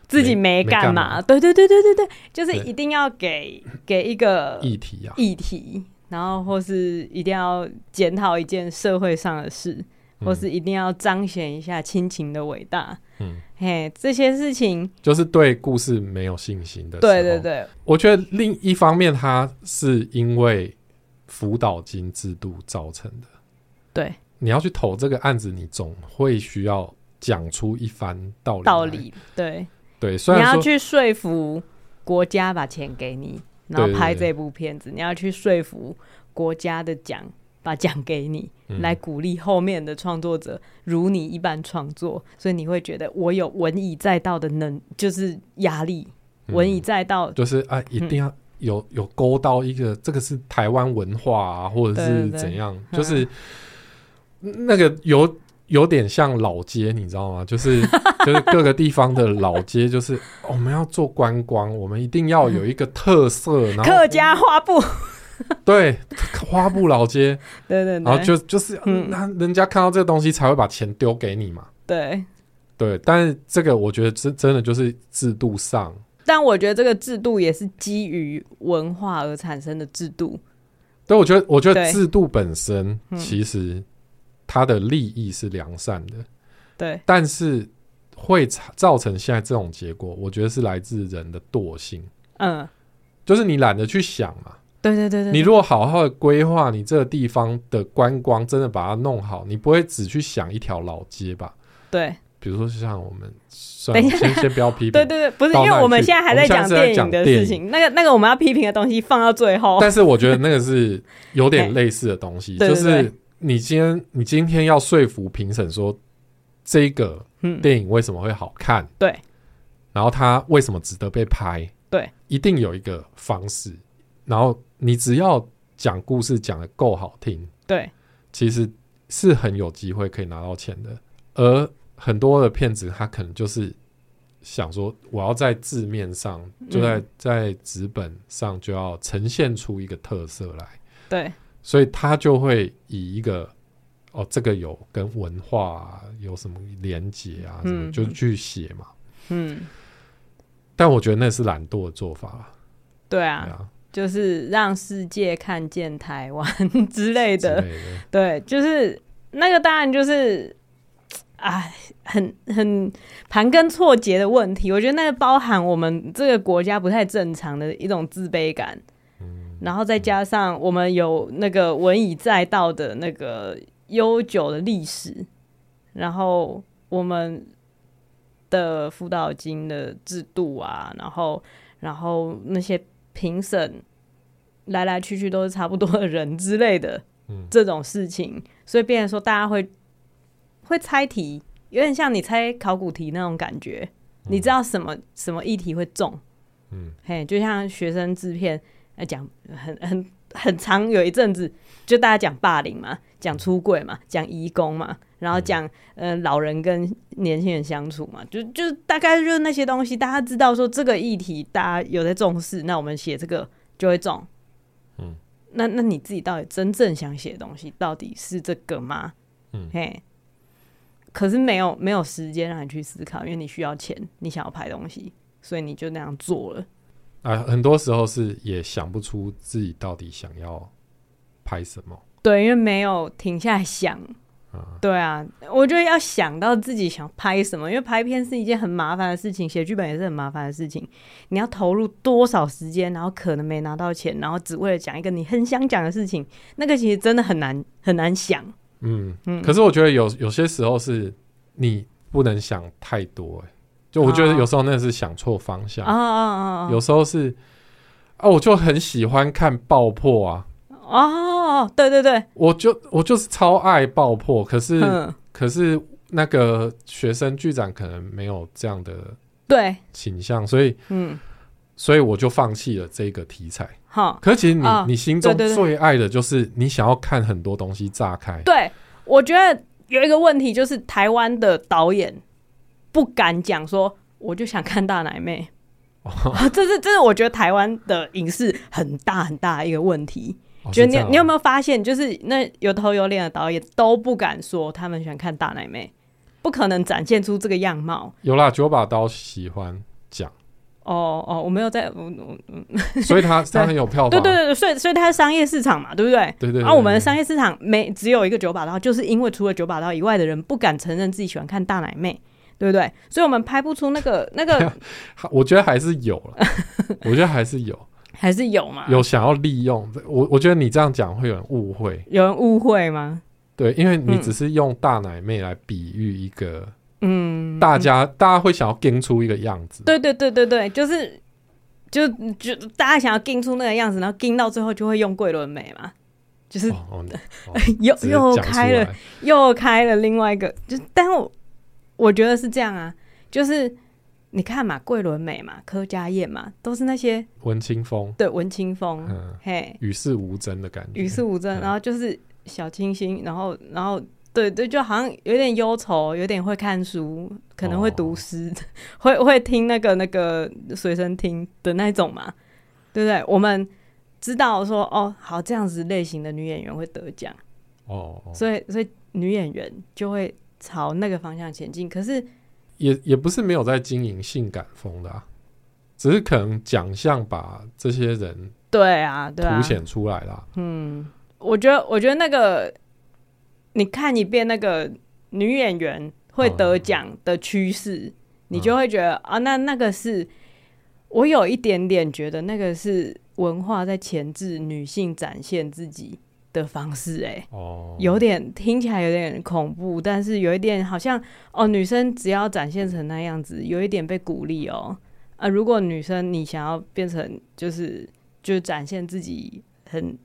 Speaker 1: 自己没干
Speaker 2: 没干
Speaker 1: 嘛，
Speaker 2: 嘛
Speaker 1: 对对对对对对，就是
Speaker 2: 对
Speaker 1: 一定要给给一个
Speaker 2: 议题啊，
Speaker 1: 议题，然后或是一定要检讨一件社会上的事，
Speaker 2: 嗯
Speaker 1: 或是一定要彰显一下亲情的伟大。
Speaker 2: 嗯，
Speaker 1: 嘿，这些事情，
Speaker 2: 就是对故事没有信心的。
Speaker 1: 对对，对，
Speaker 2: 我觉得另一方面，它是因为辅导金制度造成的。
Speaker 1: 对，
Speaker 2: 你要去投这个案子，你总会需要讲出一番道理。
Speaker 1: 道。理对。
Speaker 2: 对，虽
Speaker 1: 你
Speaker 2: 然
Speaker 1: 要
Speaker 2: 说
Speaker 1: 去说服国家把钱给你，然
Speaker 2: 对
Speaker 1: 后
Speaker 2: 对
Speaker 1: 拍
Speaker 2: 对
Speaker 1: 这部片子，你要去说服国家的奖把奖给你，
Speaker 2: 嗯
Speaker 1: 来鼓励后面的创作者如你一般创作，所以你会觉得我有文以载道的能，就是压力，
Speaker 2: 嗯
Speaker 1: 文以载道。
Speaker 2: 就是啊，一定要有有勾到一个，这个是台湾文化啊，或者
Speaker 1: 对
Speaker 2: 是
Speaker 1: 对对
Speaker 2: 怎样，
Speaker 1: 嗯
Speaker 2: 就是那个有有点像老街，你知道吗？就是 就是各个地方的老街，就是哦我们要做观光，我们一定要有一个特色，然后
Speaker 1: 客家花布，
Speaker 2: 对花布老街，
Speaker 1: 对对
Speaker 2: 然后
Speaker 1: 对，
Speaker 2: 就就是
Speaker 1: 嗯
Speaker 2: 那人家看到这个东西才会把钱丢给你嘛。
Speaker 1: 对。
Speaker 2: 对，但是这个我觉得真真的就是制度上，
Speaker 1: 但我觉得这个制度也是基于文化而产生的制度，
Speaker 2: 对我觉得我觉得
Speaker 1: 对
Speaker 2: 制度本身
Speaker 1: 嗯
Speaker 2: 其实它的利益是良善的，
Speaker 1: 对
Speaker 2: 但是会造造成现在这种结果，我觉得是来自人的惰性，
Speaker 1: 嗯，
Speaker 2: 就是你懒得去想嘛。
Speaker 1: 对对对对，
Speaker 2: 你如果好好的规划你这个地方的观光，真的把它弄好，你不会只去想一条老街吧？
Speaker 1: 对
Speaker 2: 比如说像我们，算
Speaker 1: 等
Speaker 2: 了
Speaker 1: 一下
Speaker 2: 先先不要批评，
Speaker 1: 对对对，不是，
Speaker 2: 到
Speaker 1: 因为
Speaker 2: 那里
Speaker 1: 我们
Speaker 2: 去
Speaker 1: 现在还
Speaker 2: 我们
Speaker 1: 在
Speaker 2: 现在
Speaker 1: 讲
Speaker 2: 是在
Speaker 1: 电
Speaker 2: 讲
Speaker 1: 影的
Speaker 2: 电
Speaker 1: 事情，那个那个我们要批评的东西放到最后。
Speaker 2: 但是我觉得那个是有点类似的东西，
Speaker 1: 哦对对
Speaker 2: 就是你今天你今天要说服评审说这个
Speaker 1: 嗯，
Speaker 2: 电影为什么会好看，
Speaker 1: 对，
Speaker 2: 然后它为什么值得被拍，
Speaker 1: 对，
Speaker 2: 一定有一个方式，然后你只要讲故事讲的够好听，
Speaker 1: 对
Speaker 2: 其实是很有机会可以拿到钱的。而很多的骗子他可能就是想说，我要在字面上，就在、
Speaker 1: 嗯
Speaker 2: 在纸本上就要呈现出一个特色来，
Speaker 1: 对
Speaker 2: 所以他就会以一个哦，这个有跟文化、啊、有什么连结啊，什么、
Speaker 1: 嗯
Speaker 2: 就去写嘛。
Speaker 1: 嗯，
Speaker 2: 但我觉得那是懒惰的做法啦，
Speaker 1: 对
Speaker 2: 对
Speaker 1: 啊，
Speaker 2: 啊
Speaker 1: 就是让世界看见台湾 之类
Speaker 2: 之
Speaker 1: 的。
Speaker 2: 类的。
Speaker 1: 对，就是那个当然就是，哎，很很盘根错节的问题。我觉得那个包含我们这个国家不太正常的一种自卑感。然后再加上我们有那个文以载道的那个悠久的历史，然后我们的辅导金的制度啊，然后然后那些评审来来去去都是差不多的人之类的，
Speaker 2: 嗯
Speaker 1: 这种事情，所以变成说大家会会猜题，有点像你猜考古题那种感觉，你知道什么什么议题会中，
Speaker 2: 嗯，
Speaker 1: 嘿，就像学生制片呃讲很很很长有一阵子，就大家讲霸凌嘛，讲出柜嘛，讲移工嘛，然后讲、
Speaker 2: 嗯
Speaker 1: 呃老人跟年轻人相处嘛，就就大概就是那些东西，大家知道说这个议题大家有在重视，那我们写这个就会中。
Speaker 2: 嗯，
Speaker 1: 那那你自己到底真正想写的东西到底是这个吗？
Speaker 2: 嗯
Speaker 1: 嘿。可是没有没有时间让你去思考，因为你需要钱，你想要拍东西，所以你就那样做了。
Speaker 2: 啊，很多时候是也想不出自己到底想要拍什么
Speaker 1: 对，因为没有停下来想。
Speaker 2: 啊。
Speaker 1: 对啊，我觉得要想到自己想拍什么，因为拍片是一件很麻烦的事情，写剧本也是很麻烦的事情。你要投入多少时间，然后可能没拿到钱，然后只为了讲一个你很想讲的事情，那个其实真的很难很难想。
Speaker 2: 嗯，可是我觉得有有些时候是你不能想太多、欸，就我觉得
Speaker 1: 哦
Speaker 2: 有时候那是想错方向，
Speaker 1: 啊啊啊！
Speaker 2: 有时候是啊，我就很喜欢看爆破啊，
Speaker 1: 哦，对对对，
Speaker 2: 我就我就是超爱爆破，可是、
Speaker 1: 嗯，
Speaker 2: 可是那个学生剧展可能没有这样的
Speaker 1: 对，
Speaker 2: 倾向，所以
Speaker 1: 嗯，
Speaker 2: 所以我就放弃了这个题材。
Speaker 1: 好，
Speaker 2: 可是其实你、
Speaker 1: 啊
Speaker 2: 你心中
Speaker 1: 对对对
Speaker 2: 最爱的就是你想要看很多东西炸开，
Speaker 1: 对，我觉得有一个问题就是台湾的导演不敢讲说，我就想看大奶妹。
Speaker 2: 哦
Speaker 1: 这是这是我觉得台湾的影视很大很大的一个问题。
Speaker 2: 哦
Speaker 1: 觉
Speaker 2: 是
Speaker 1: 得
Speaker 2: 这样
Speaker 1: 你
Speaker 2: 啊
Speaker 1: 你有没有发现，就是那有头有脸的导演都不敢说他们喜欢看大奶妹，不可能展现出这个样貌。
Speaker 2: 有啦，九把刀喜欢讲，
Speaker 1: 哦哦，我没有在，我我
Speaker 2: 所以他他很有票房，
Speaker 1: 对对对，所以所以它是商业市场嘛，对不对？
Speaker 2: 对对对
Speaker 1: 啊然后我们的
Speaker 2: 对
Speaker 1: 商业市场没只有一个九把刀，就是因为除了九把刀以外的人不敢承认自己喜欢看大奶妹，对不对？所以我们拍不出那个那个
Speaker 2: 还我觉得还是有 了，我觉得还是有
Speaker 1: 还是有嘛？
Speaker 2: 有想要利用我，我觉得你这样讲会有人误会，
Speaker 1: 有人误会吗？
Speaker 2: 对，因为你
Speaker 1: 嗯
Speaker 2: 只是用大奶妹来比喻一个、
Speaker 1: 嗯，
Speaker 2: 大家，大家会想要跟出一个样子，哦
Speaker 1: 对对对对对，就是就就大家想要盯出那个样子，然后盯到最后就会用桂纶镁嘛，就是
Speaker 2: 哦哦，
Speaker 1: 又
Speaker 2: 直接
Speaker 1: 又
Speaker 2: 讲出
Speaker 1: 开了
Speaker 2: 来，
Speaker 1: 又开了另外一个，就是，但我我觉得是这样啊，就是你看嘛，桂纶镁嘛，柯佳燕嘛，都是那些
Speaker 2: 文清风，
Speaker 1: 对文青风，
Speaker 2: 嗯，
Speaker 1: 嘿，
Speaker 2: 与世无争的感觉，
Speaker 1: 与世无争，
Speaker 2: 嗯
Speaker 1: 然后就是小清新，然后然后对对，就好像有点忧愁，有点会看书，可能会读诗，
Speaker 2: 哦
Speaker 1: 会会听那个那个随身听的那种嘛，对不对？我们知道说哦，好这样子类型的女演员会得奖。
Speaker 2: 哦，哦
Speaker 1: 所以所以女演员就会朝那个方向前进。可是
Speaker 2: 也也不是没有在经营性感风的、啊，只是可能奖项把这些人
Speaker 1: 对啊，对啊
Speaker 2: 凸，显出来啦。
Speaker 1: 我觉得我觉得那个你看一遍那个女演员会得奖的趋势，你就会觉得、啊，那那个是我有一点点觉得那个是文化在钳制女性展现自己的方式、哎。
Speaker 2: 哦，
Speaker 1: 有点听起来有点恐怖，但是有一点好像哦，女生只要展现成那样子，有一点被鼓励哦。啊，如果女生你想要变成就是就展现自己很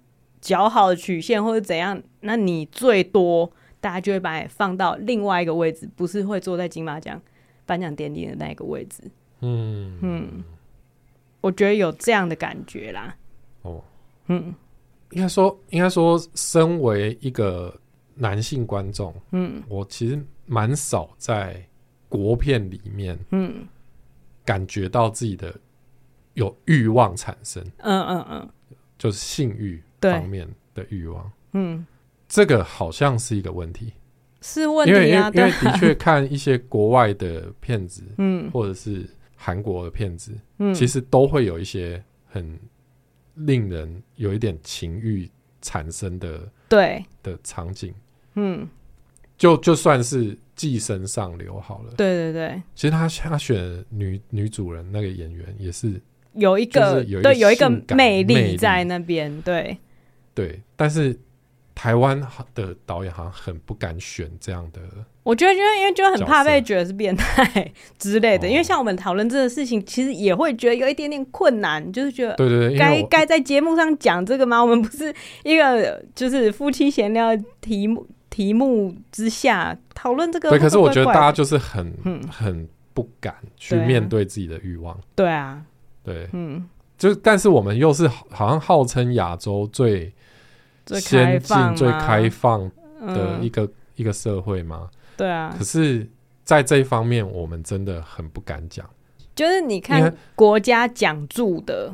Speaker 1: 姣好的曲线或者怎样，那你最多大家就会把你放到另外一个位置，不是会坐在金马奖颁奖典礼的那一个位置。
Speaker 2: 嗯
Speaker 1: 嗯，我觉得有这样的感觉啦。
Speaker 2: 哦，
Speaker 1: 嗯
Speaker 2: 应该说应该说，身为一个男性观众，
Speaker 1: 嗯
Speaker 2: 我其实蛮少在国片里面
Speaker 1: 嗯
Speaker 2: 感觉到自己的有欲望产生，
Speaker 1: 嗯嗯嗯
Speaker 2: 就是性欲
Speaker 1: 对
Speaker 2: 方面的欲望。
Speaker 1: 嗯，
Speaker 2: 这个好像是一个问题，
Speaker 1: 是问
Speaker 2: 因为
Speaker 1: 题
Speaker 2: 因
Speaker 1: 啊，
Speaker 2: 为因
Speaker 1: 对
Speaker 2: 为
Speaker 1: 啊，
Speaker 2: 的确看一些国外的片子，
Speaker 1: 嗯
Speaker 2: 或者是韩国的片子，
Speaker 1: 嗯，
Speaker 2: 其实都会有一些很令人有一点情欲产生的
Speaker 1: 对，
Speaker 2: 的场景。
Speaker 1: 嗯，
Speaker 2: 就就算是《寄生上流》好了，
Speaker 1: 对对对，
Speaker 2: 其实他他选女女主人那个演员也是
Speaker 1: 有一个、
Speaker 2: 就是有一个
Speaker 1: 对有一个
Speaker 2: 性感
Speaker 1: 魅
Speaker 2: 魅力
Speaker 1: 在那边，对
Speaker 2: 对，但是台湾的导演好像很不敢选这样的，
Speaker 1: 我觉得因为因为就很
Speaker 2: 角
Speaker 1: 怕被
Speaker 2: 色
Speaker 1: 觉得是变态之类的，因为
Speaker 2: 哦
Speaker 1: 像我们讨论这个事情，其实也会觉得有一点点困难，就是觉得
Speaker 2: 对对对，因
Speaker 1: 呃该
Speaker 2: 为我
Speaker 1: 该在节目上讲这个吗？我们不是一个就是夫妻闲聊的题目题目之下讨论这个会
Speaker 2: 对，
Speaker 1: 不会怪怪的，
Speaker 2: 可是我觉得大家就是很
Speaker 1: 嗯
Speaker 2: 很不敢去
Speaker 1: 对啊
Speaker 2: 面对自己的欲望，
Speaker 1: 对啊，
Speaker 2: 对，
Speaker 1: 嗯，
Speaker 2: 就但是我们又是好好像号称亚洲最
Speaker 1: 最开
Speaker 2: 先
Speaker 1: 放
Speaker 2: 进、最
Speaker 1: 吗
Speaker 2: 开放的一
Speaker 1: 嗯，
Speaker 2: 个、一个社会嘛，
Speaker 1: 对啊
Speaker 2: 可，是。在这一方面，我们真的很不敢讲。
Speaker 1: 就是你
Speaker 2: 因
Speaker 1: 看
Speaker 2: 为
Speaker 1: 国家讲注的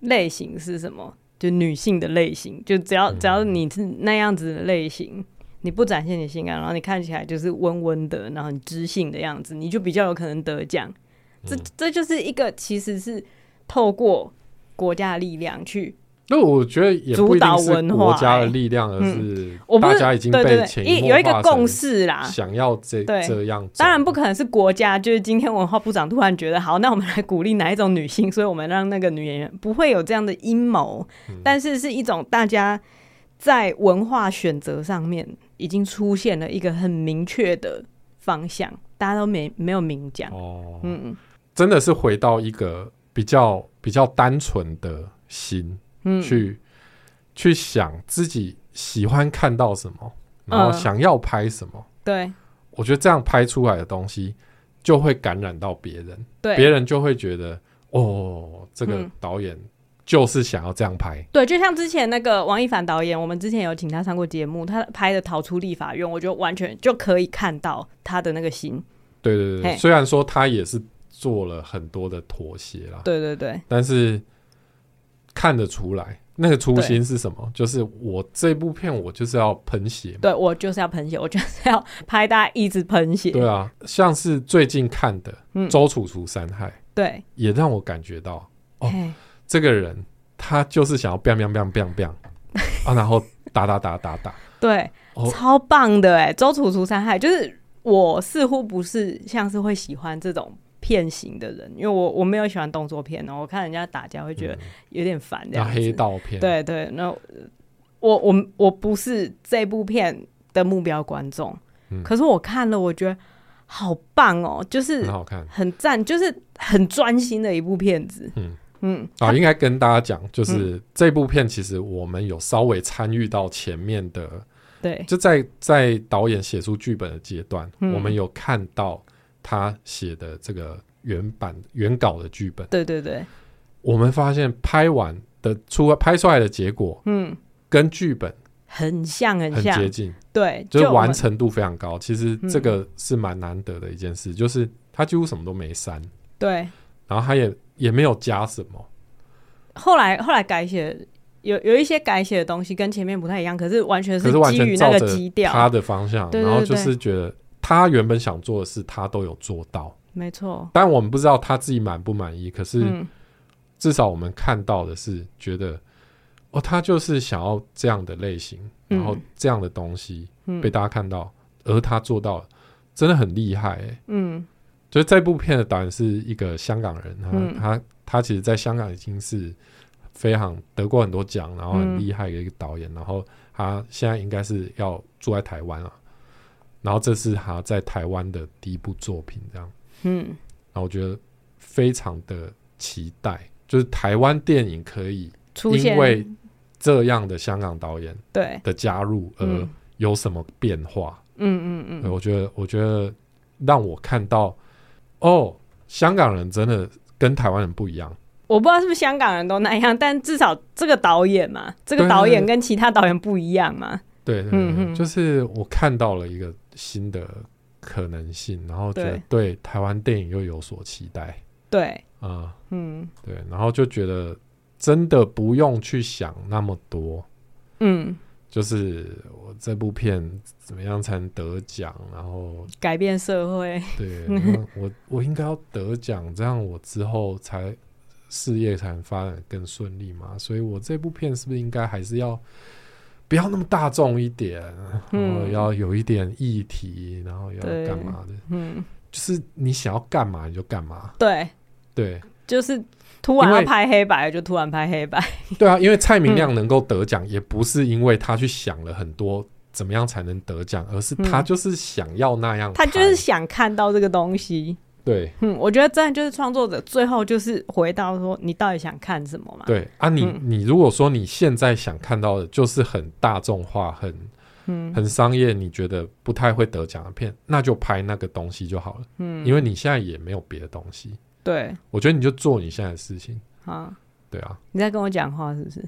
Speaker 1: 类型是什么？就女性的类型，就只要
Speaker 2: 嗯
Speaker 1: 只要你是那样子的类型，你不展现你性感，然后你看起来就是温温的，然后很知性的样子，你就比较有可能得奖。这
Speaker 2: 嗯
Speaker 1: 这就是一个其实是透过国家的力量去，
Speaker 2: 那我觉得也不
Speaker 1: 主
Speaker 2: 一定
Speaker 1: 导
Speaker 2: 是
Speaker 1: 文化嗯
Speaker 2: 国家
Speaker 1: 欸
Speaker 2: 的力量，而是
Speaker 1: 我不
Speaker 2: 大
Speaker 1: 是
Speaker 2: 家已经
Speaker 1: 对对
Speaker 2: 被
Speaker 1: 对，
Speaker 2: 潜
Speaker 1: 一
Speaker 2: 移
Speaker 1: 有一
Speaker 2: 默
Speaker 1: 个
Speaker 2: 化
Speaker 1: 共
Speaker 2: 成
Speaker 1: 识啦。
Speaker 2: 想要这
Speaker 1: 啊对
Speaker 2: 这样走。
Speaker 1: 当然不可能是国家，就是今天文化部长突然觉得好，那我们来鼓励哪一种女性，所以我们让那个女演员不会有这样的阴谋，
Speaker 2: 嗯
Speaker 1: 但是是一种大家在文化选择上面已经出现了一个很明确的方向，大家都没没有明讲，
Speaker 2: 哦，
Speaker 1: 嗯
Speaker 2: 真的是回到一个比较比较单纯的心、
Speaker 1: 嗯，
Speaker 2: 去去想自己喜欢看到什么，然后
Speaker 1: 嗯
Speaker 2: 想要拍什么。
Speaker 1: 对
Speaker 2: 我觉得这样拍出来的东西就会感染到别人，别
Speaker 1: 对
Speaker 2: 人就会觉得哦，这个
Speaker 1: 嗯
Speaker 2: 导演就是想要这样拍。
Speaker 1: 对，就像之前那个王一凡导演，我们之前有请他上过节目，他拍的《逃出立法院》，我觉得完全就可以看到他的那个心，
Speaker 2: 对对
Speaker 1: 嘿
Speaker 2: 对，虽然说他也是做了很多的妥协啦，
Speaker 1: 对对对
Speaker 2: 但是看得出来那个初心是什么，就是我这部片我就是要喷血嘛。
Speaker 1: 对，我就是要喷血，我就是要拍大家一直喷血，
Speaker 2: 对啊，像是最近看的
Speaker 1: 嗯
Speaker 2: 《周楚除三害》，
Speaker 1: 对，
Speaker 2: 也让我感觉到哦
Speaker 1: 嘿
Speaker 2: 这个人他就是想要 biang biang biang biang biang 啊，然后打打打打打，
Speaker 1: 对，
Speaker 2: 哦
Speaker 1: 超棒的哎，周楚除三害，就是我似乎不是像是会喜欢这种片型的人，因为我我没有喜欢动作片哦，我看人家打架会觉得
Speaker 2: 嗯
Speaker 1: 有点烦这
Speaker 2: 然
Speaker 1: 样子，
Speaker 2: 后黑道片，
Speaker 1: 对对，那我我我我不是这部片的目标观众，
Speaker 2: 嗯
Speaker 1: 可是我看了，我觉得好棒哦，就是
Speaker 2: 很好看
Speaker 1: 很赞，就是很专心的一部片子。
Speaker 2: 嗯
Speaker 1: 嗯，
Speaker 2: 啊。应该跟大家讲，就是这部片其实我们有稍微参与到前面的
Speaker 1: 对
Speaker 2: 就在在导演写出剧本的阶段，
Speaker 1: 嗯
Speaker 2: 我们有看到他写的这个原版原稿的剧本，
Speaker 1: 对对对，
Speaker 2: 我们发现拍完的出拍出来的结果
Speaker 1: 嗯，
Speaker 2: 跟剧本
Speaker 1: 很像很
Speaker 2: 很
Speaker 1: 像，
Speaker 2: 接近，
Speaker 1: 对，
Speaker 2: 就是
Speaker 1: 我们
Speaker 2: 完成度非常高。其实这个是蛮难得的一件
Speaker 1: 嗯
Speaker 2: 事，就是他几乎什么都没删，
Speaker 1: 对。
Speaker 2: 然后他也也没有加什么，
Speaker 1: 后来后来改写有有一些改写的东西跟前面不太一样，可是完全
Speaker 2: 可是完
Speaker 1: 基于
Speaker 2: 全
Speaker 1: 那
Speaker 2: 照
Speaker 1: 个
Speaker 2: 着
Speaker 1: 基调，
Speaker 2: 他的方向，
Speaker 1: 对对
Speaker 2: 然后
Speaker 1: 对
Speaker 2: 就
Speaker 1: 对
Speaker 2: 是觉得他原本想做的事，他都有做到。
Speaker 1: 没错。
Speaker 2: 但我们不知道他自己满不满意，可是
Speaker 1: 嗯，
Speaker 2: 至少我们看到的是，觉得哦，他就是想要这样的类型，
Speaker 1: 嗯
Speaker 2: 然后这样的东西
Speaker 1: 嗯
Speaker 2: 被大家看到，而他做到了，真的很厉害、欸。
Speaker 1: 嗯，
Speaker 2: 就是这部片的导演是一个香港人，他、
Speaker 1: 嗯
Speaker 2: 他他其实在香港已经是非常得过很多奖，然后
Speaker 1: 嗯
Speaker 2: 很厉害的一个导演，然后他现在应该是要住在台湾了、啊然后这是他在台湾的第一部作品，这样。
Speaker 1: 嗯，
Speaker 2: 然后我觉得非常的期待，就是台湾电影可以
Speaker 1: 出现
Speaker 2: 因为这样的香港导演
Speaker 1: 对，
Speaker 2: 的加入而
Speaker 1: 嗯
Speaker 2: 有什么变化。
Speaker 1: 嗯嗯
Speaker 2: 对
Speaker 1: 嗯，
Speaker 2: 我觉得，我觉得让我看到哦，香港人真的跟台湾人不一样。
Speaker 1: 我不知道是不是香港人都那样，但至少这个导演嘛，这个
Speaker 2: 对
Speaker 1: 导演
Speaker 2: 对
Speaker 1: 跟其他导演不一样嘛，
Speaker 2: 对对
Speaker 1: 嗯
Speaker 2: 对，
Speaker 1: 嗯
Speaker 2: 就是我看到了一个新的可能性，然后觉得对台湾电影又有所期待
Speaker 1: 对，
Speaker 2: 啊、
Speaker 1: 嗯
Speaker 2: 对，然后就觉得真的不用去想那么多。
Speaker 1: 嗯，
Speaker 2: 就是我这部片怎么样才能得奖，然后
Speaker 1: 改变社会，
Speaker 2: 对那我我应该要得奖，这样我之后才事业才能发展得更顺利嘛。所以我这部片是不是应该还是要不要那么大众一点，然后
Speaker 1: 嗯
Speaker 2: 要有一点议题，然后要
Speaker 1: 对
Speaker 2: 干嘛的？
Speaker 1: 嗯，
Speaker 2: 就是你想要干嘛你就干嘛，
Speaker 1: 对，
Speaker 2: 对，
Speaker 1: 就是突然
Speaker 2: 因为
Speaker 1: 要拍黑白，就突然拍黑白。
Speaker 2: 对啊，因为蔡明亮能够得奖，也不是因为他去想了很多怎么样才能得奖，而是他
Speaker 1: 嗯
Speaker 2: 就是想要那样拍，
Speaker 1: 他就是想看到这个东西。
Speaker 2: 对
Speaker 1: 嗯，我觉得真的就是创作者最后就是回到说，你到底想看什么嘛？
Speaker 2: 对啊你。
Speaker 1: 嗯
Speaker 2: 你如果说你现在想看到的就是很大众化、很
Speaker 1: 嗯
Speaker 2: 很商业，你觉得不太会得奖的片，那就拍那个东西就好了，
Speaker 1: 嗯，
Speaker 2: 因为你现在也没有别的东西。
Speaker 1: 对
Speaker 2: 我觉得你就做你现在的事情，
Speaker 1: 啊，
Speaker 2: 对啊，
Speaker 1: 你在跟我讲话是不是？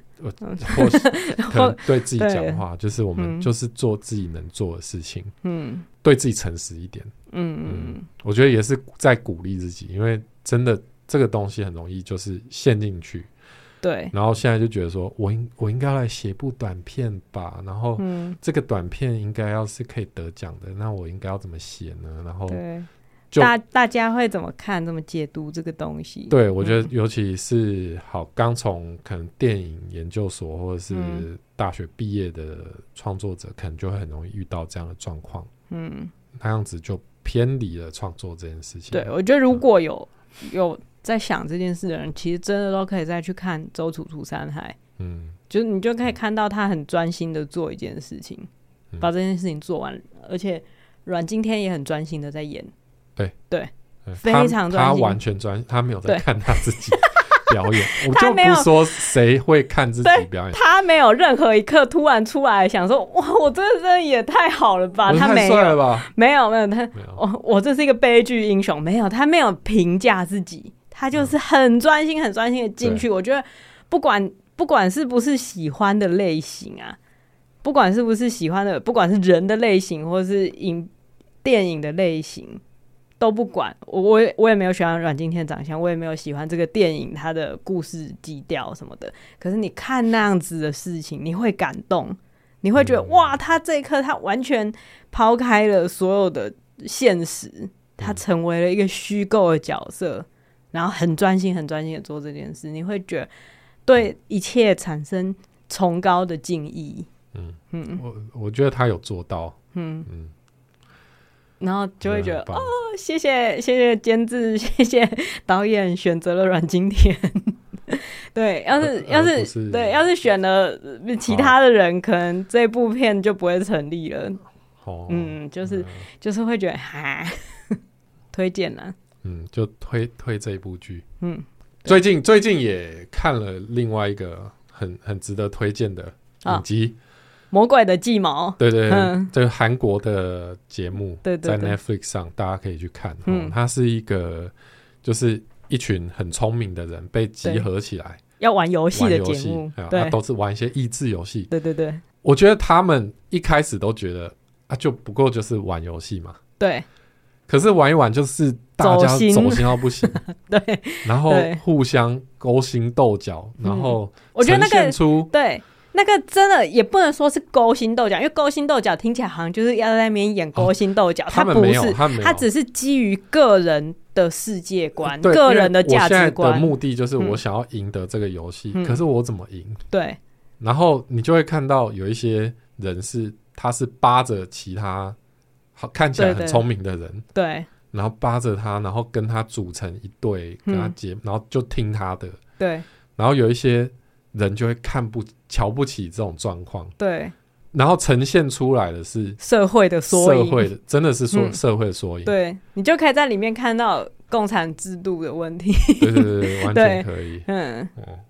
Speaker 2: 或是可能对自己
Speaker 1: 对
Speaker 2: 讲话，就是我们
Speaker 1: 嗯
Speaker 2: 就是做自己能做的事情，
Speaker 1: 嗯
Speaker 2: 对自己诚实一点。
Speaker 1: 嗯嗯
Speaker 2: 我觉得也是在鼓励自己，因为真的这个东西很容易就是陷进去，
Speaker 1: 对，
Speaker 2: 然后现在就觉得说我应我应该来写部短片吧，然后
Speaker 1: 嗯
Speaker 2: 这个短片应该要是可以得奖的，那我应该要怎么写呢？然后
Speaker 1: 对。
Speaker 2: 哦就
Speaker 1: 大大家会怎么看、怎么解读这个东西？
Speaker 2: 对我觉得
Speaker 1: 嗯
Speaker 2: 尤其是好刚从可能电影研究所或者是
Speaker 1: 嗯
Speaker 2: 大学毕业的创作者，可能就会很容易遇到这样的状况，
Speaker 1: 嗯，
Speaker 2: 那样子就偏离了创作这件事情。
Speaker 1: 对，我觉得如果有有在想这件事的人，其实真的都可以再去看周楚楚山海，
Speaker 2: 嗯，
Speaker 1: 就是你就可以看到他很专心的做一件事情，
Speaker 2: 嗯
Speaker 1: 把这件事情做完，而且阮经天也很专心的在演，
Speaker 2: 对
Speaker 1: 非
Speaker 2: 呃他
Speaker 1: 常专
Speaker 2: 他
Speaker 1: 心
Speaker 2: 完全专，他没有在
Speaker 1: 对
Speaker 2: 看他自己表 演。我
Speaker 1: 他
Speaker 2: 就
Speaker 1: 没有
Speaker 2: 不说谁会看自己
Speaker 1: 对
Speaker 2: 表演，
Speaker 1: 他没有任何一刻突然出来想说哇，我这真的也太好了吧，
Speaker 2: 我
Speaker 1: 他
Speaker 2: 太
Speaker 1: 没
Speaker 2: 帅
Speaker 1: 有
Speaker 2: 了吧？
Speaker 1: 没有没有他
Speaker 2: 没有，
Speaker 1: 我我这是一个悲剧英雄，没有他没有评价自己，他就是
Speaker 2: 嗯
Speaker 1: 很专心、很专心的进去。我觉得不管不管是不是喜欢的类型啊，不管是不是喜欢的，不管是人的类型，或是影电影的类型，都不管。我我也我也没有喜欢阮经天长相，我也没有喜欢这个电影它的故事基调什么的。可是你看那样子的事情，你会感动，你会觉得、
Speaker 2: 嗯
Speaker 1: 哇，他这一刻他完全抛开了所有的现实，
Speaker 2: 嗯
Speaker 1: 他成为了一个虚构的角色，然后很专心、很专心的做这件事，你会觉得对一切产生崇高的敬意，
Speaker 2: 我我觉得他有做到，
Speaker 1: 嗯，
Speaker 2: 嗯，
Speaker 1: 然后就会觉得
Speaker 2: 我很棒
Speaker 1: 哦谢谢谢谢监制，谢谢 导演选择了阮经天。对，要是
Speaker 2: 而
Speaker 1: 要
Speaker 2: 而不是
Speaker 1: 对，要是选了呃其他的人，可能这部片就不会成立了。
Speaker 2: 哦，
Speaker 1: 嗯，就是
Speaker 2: 嗯
Speaker 1: 就是会觉得哈， 推荐啊啦，
Speaker 2: 嗯，就推推这一部剧。
Speaker 1: 嗯，
Speaker 2: 最近最近也看了另外一个很很值得推荐的
Speaker 1: 啊
Speaker 2: 影集，
Speaker 1: 《魔鬼的计谋》
Speaker 2: 对对
Speaker 1: 嗯
Speaker 2: 这个韩国的节目，
Speaker 1: 对对对
Speaker 2: 在 Netflix 上大家可以去看。嗯
Speaker 1: 嗯，
Speaker 2: 它是一个就是一群很聪明的人被集合起来
Speaker 1: 要玩游戏
Speaker 2: 玩
Speaker 1: 的
Speaker 2: 游
Speaker 1: 节
Speaker 2: 戏
Speaker 1: 目，，
Speaker 2: 啊
Speaker 1: 对
Speaker 2: 啊都是玩一些益智游戏。
Speaker 1: 对对对
Speaker 2: 我觉得他们一开始都觉得啊，就不过就是玩游戏嘛。
Speaker 1: 对
Speaker 2: 可是玩一玩就是大家
Speaker 1: 走心
Speaker 2: 走心到不行，
Speaker 1: 对，
Speaker 2: 然后
Speaker 1: 对嗯
Speaker 2: 互相勾心斗角，然后
Speaker 1: 我觉得那
Speaker 2: 呈现
Speaker 1: 个
Speaker 2: 出
Speaker 1: 对。那个真的也不能说是勾心斗角，因为勾心斗角听起来好像就是要在那边演勾心斗角，
Speaker 2: 他们
Speaker 1: 不
Speaker 2: 没有，
Speaker 1: 是，
Speaker 2: 他们没有，
Speaker 1: 他只是基于个人的世界观、
Speaker 2: 对
Speaker 1: 个人的价
Speaker 2: 因为我现在
Speaker 1: 值
Speaker 2: 的
Speaker 1: 观，
Speaker 2: 目的就是我
Speaker 1: 嗯
Speaker 2: 想要赢得这个游戏，
Speaker 1: 嗯
Speaker 2: 可是我怎么赢？
Speaker 1: 对
Speaker 2: 然后你就会看到有一些人是他是扒着其他好看起来
Speaker 1: 对
Speaker 2: 很
Speaker 1: 对
Speaker 2: 聪明的人，
Speaker 1: 对
Speaker 2: 然后扒着他，然后跟他组成一队，跟他
Speaker 1: 嗯
Speaker 2: 结，然后就听他的。
Speaker 1: 对
Speaker 2: 然后有一些人就会看不瞧不起这种状况，
Speaker 1: 对，
Speaker 2: 然后呈现出来的是
Speaker 1: 社会的缩
Speaker 2: 社
Speaker 1: 影，
Speaker 2: 会的，真的是说、
Speaker 1: 嗯
Speaker 2: 社会的缩影。
Speaker 1: 对你就可以在里面看到共产制度的问题，
Speaker 2: 对对对对，完
Speaker 1: 对
Speaker 2: 全可以。
Speaker 1: 嗯，
Speaker 2: 哦，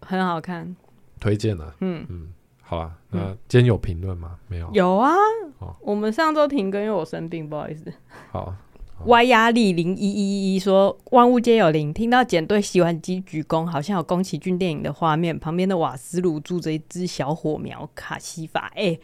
Speaker 1: 很好看，
Speaker 2: 推荐啊，
Speaker 1: 嗯，
Speaker 2: 嗯，好啊。那今天有评论吗？没有。
Speaker 1: 有啊
Speaker 2: 好，
Speaker 1: 我们上周停更，因为我生病，不好意思。
Speaker 2: 好，
Speaker 1: 歪压力零一一一说：“万物皆有灵。”听到简对洗碗机鞠躬，好像有宫崎骏电影的画面。旁边的瓦斯炉住着一只小火苗卡西法。哎、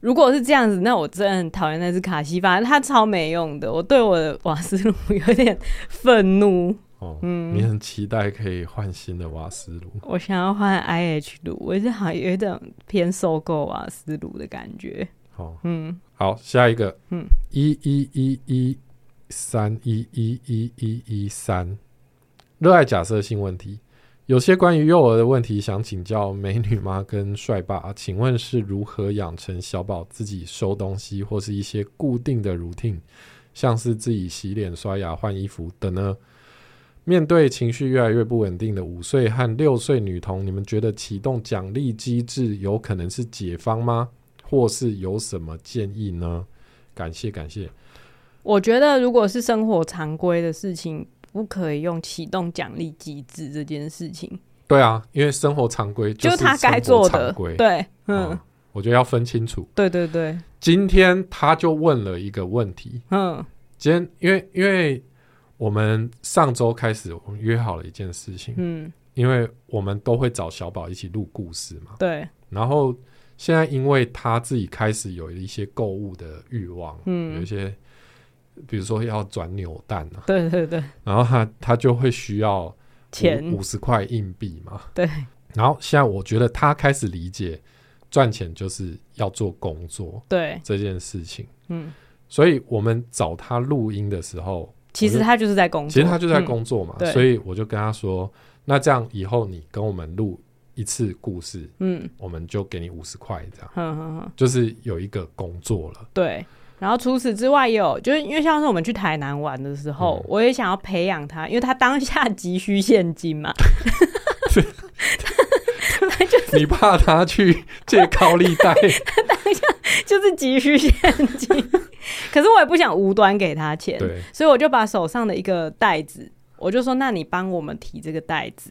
Speaker 1: 如果是这样子，那我真的很讨厌那只卡西法，它超没用的。我对我的瓦斯炉有点愤怒。
Speaker 2: 哦，
Speaker 1: 嗯
Speaker 2: 你很期待可以换新的瓦斯炉，
Speaker 1: 我想要换 IH 炉，我是好像有一种偏收购瓦斯炉的感觉。
Speaker 2: 好，
Speaker 1: 嗯，
Speaker 2: 好，下一个，
Speaker 1: 嗯，
Speaker 2: 一一一一三一一一一一三，热爱假设性问题，有些关于幼儿的问题想请教美女妈跟帅爸，啊请问是如何养成小宝自己收东西或是一些固定的 routine，像是自己洗脸、刷牙、换衣服的呢？面对情绪越来越不稳定的五岁和六岁女童，你们觉得启动奖励机制有可能是解方吗？或是有什么建议呢？感谢感谢。
Speaker 1: 我觉得如果是生活常规的事情，不可以用启动奖励机制这件事情，
Speaker 2: 对啊，因为生活常规
Speaker 1: 就是他
Speaker 2: 生
Speaker 1: 该
Speaker 2: 活
Speaker 1: 做
Speaker 2: 常
Speaker 1: 的
Speaker 2: 规。，
Speaker 1: 对，嗯，
Speaker 2: 嗯，我觉得要分清楚。
Speaker 1: 对对对，
Speaker 2: 今天他就问了一个问题，
Speaker 1: 嗯
Speaker 2: 今天因为因为我们上周开始我们约好了一件事情，
Speaker 1: 嗯，
Speaker 2: 因为我们都会找小宝一起录故事嘛。
Speaker 1: 对，
Speaker 2: 然后现在因为他自己开始有一些购物的欲望，有一
Speaker 1: 嗯，
Speaker 2: 些比如说要转扭蛋啊，
Speaker 1: 对对对，
Speaker 2: 然后他他就会需要
Speaker 1: 钱，
Speaker 2: 五十块硬币嘛。
Speaker 1: 对。
Speaker 2: 然后现在我觉得他开始理解赚钱就是要做工作
Speaker 1: 对，
Speaker 2: 这件事情，
Speaker 1: 嗯，
Speaker 2: 所以我们找他录音的时候，
Speaker 1: 其实他就是在工作，
Speaker 2: 其实他就在
Speaker 1: 嗯
Speaker 2: 工作嘛，
Speaker 1: 对
Speaker 2: 所以我就跟他说，那这样以后你跟我们录一次故事，
Speaker 1: 嗯，
Speaker 2: 我们就给你五十块，这样
Speaker 1: 哼哼哼，
Speaker 2: 就是有一个工作 了。
Speaker 1: 嗯对。然后除此之外，也有就是因为像是我们去台南玩的时候，
Speaker 2: 嗯
Speaker 1: 我也想要培养他，因为他当下急需现金嘛，
Speaker 2: 你怕他去借高利 贷，
Speaker 1: 就是急需现金。可是我也不想无端给他钱，
Speaker 2: 对
Speaker 1: 所以我就把手上的一个袋子，我就说：“那你帮我们提这个袋子，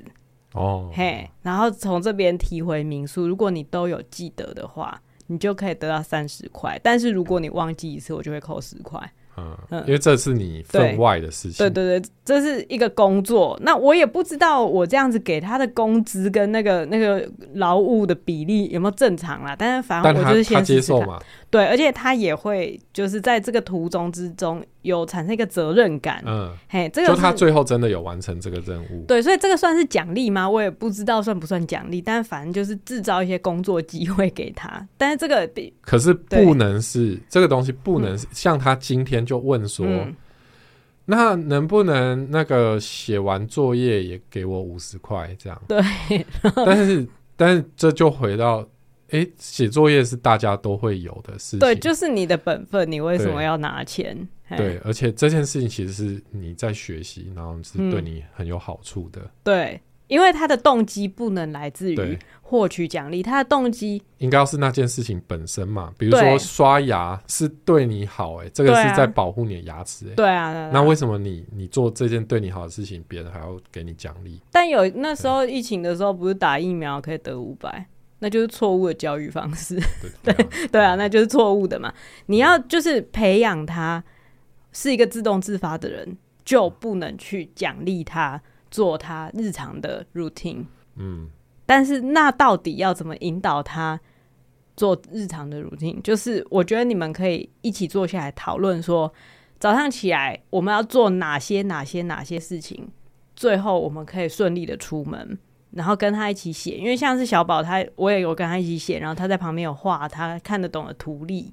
Speaker 2: 哦，
Speaker 1: 嘿，然后从这边提回民宿。如果你都有记得的话，你就可以得到三十块。但是如果你忘记一次，我就会扣十块。
Speaker 2: 嗯，
Speaker 1: 嗯
Speaker 2: 因为这是你分外的事情，
Speaker 1: 对对对，这是一个工作。那我也不知道我这样子给他的工资跟那个那个劳务的比例有没有正常啦。但是反
Speaker 2: 但
Speaker 1: 正我
Speaker 2: 他
Speaker 1: 就是
Speaker 2: 他
Speaker 1: 先试
Speaker 2: 接
Speaker 1: 试
Speaker 2: 受
Speaker 1: 看
Speaker 2: 嘛，
Speaker 1: 对，而且他也会就是在这个途中之中有产生一个责任感。
Speaker 2: 嗯，
Speaker 1: 嘿，这个
Speaker 2: 就他
Speaker 1: 是
Speaker 2: 最后真的有完成这个任务，
Speaker 1: 对，所以这个算是奖励吗？我也不知道算不算奖励，但反正就是制造一些工作机会给他。但是这个比
Speaker 2: 可是不
Speaker 1: 对
Speaker 2: 能是这个东西不能是像他今天就问说，
Speaker 1: 嗯，
Speaker 2: 那能不能那个写完作业也给我五十块这样？
Speaker 1: 对，
Speaker 2: 但是但是这就回到，诶，写作业是大家都会有的事情，
Speaker 1: 对，就是哎你的本分，你为什么
Speaker 2: 对
Speaker 1: 要拿钱？嘿
Speaker 2: 对，而且这件事情其实是你在学习，然后是
Speaker 1: 嗯
Speaker 2: 对你很有好处的，
Speaker 1: 对，因为他的动机不能来自于
Speaker 2: 对。
Speaker 1: 获取奖励，他的动机
Speaker 2: 应该要是那件事情本身嘛，比如说
Speaker 1: 对
Speaker 2: 刷牙是对你好、诶，这个
Speaker 1: 对
Speaker 2: 是
Speaker 1: 啊
Speaker 2: 在保护你的牙齿、诶。哎
Speaker 1: 对啊，对啊
Speaker 2: 那为什么你你做这件对你好的事情，别人还要给你奖励？
Speaker 1: 但有那时候疫情的时候，不是打疫苗可以得五百，那就是错误的教育方式。
Speaker 2: 对对啊
Speaker 1: 对啊，那就是错误的嘛。你要就是培养他是一个自动自发的人，就不能去奖励他做他日常的 routine。
Speaker 2: 嗯，
Speaker 1: 但是那到底要怎么引导他做日常的 routine？就是我觉得你们可以一起坐下来讨论说，早上起来我们要做哪些哪些哪些事情，最后我们可以顺利的出门。然后跟他一起写，因为像是小宝他，我也有跟他一起写，然后他在旁边有画他看得懂的图例，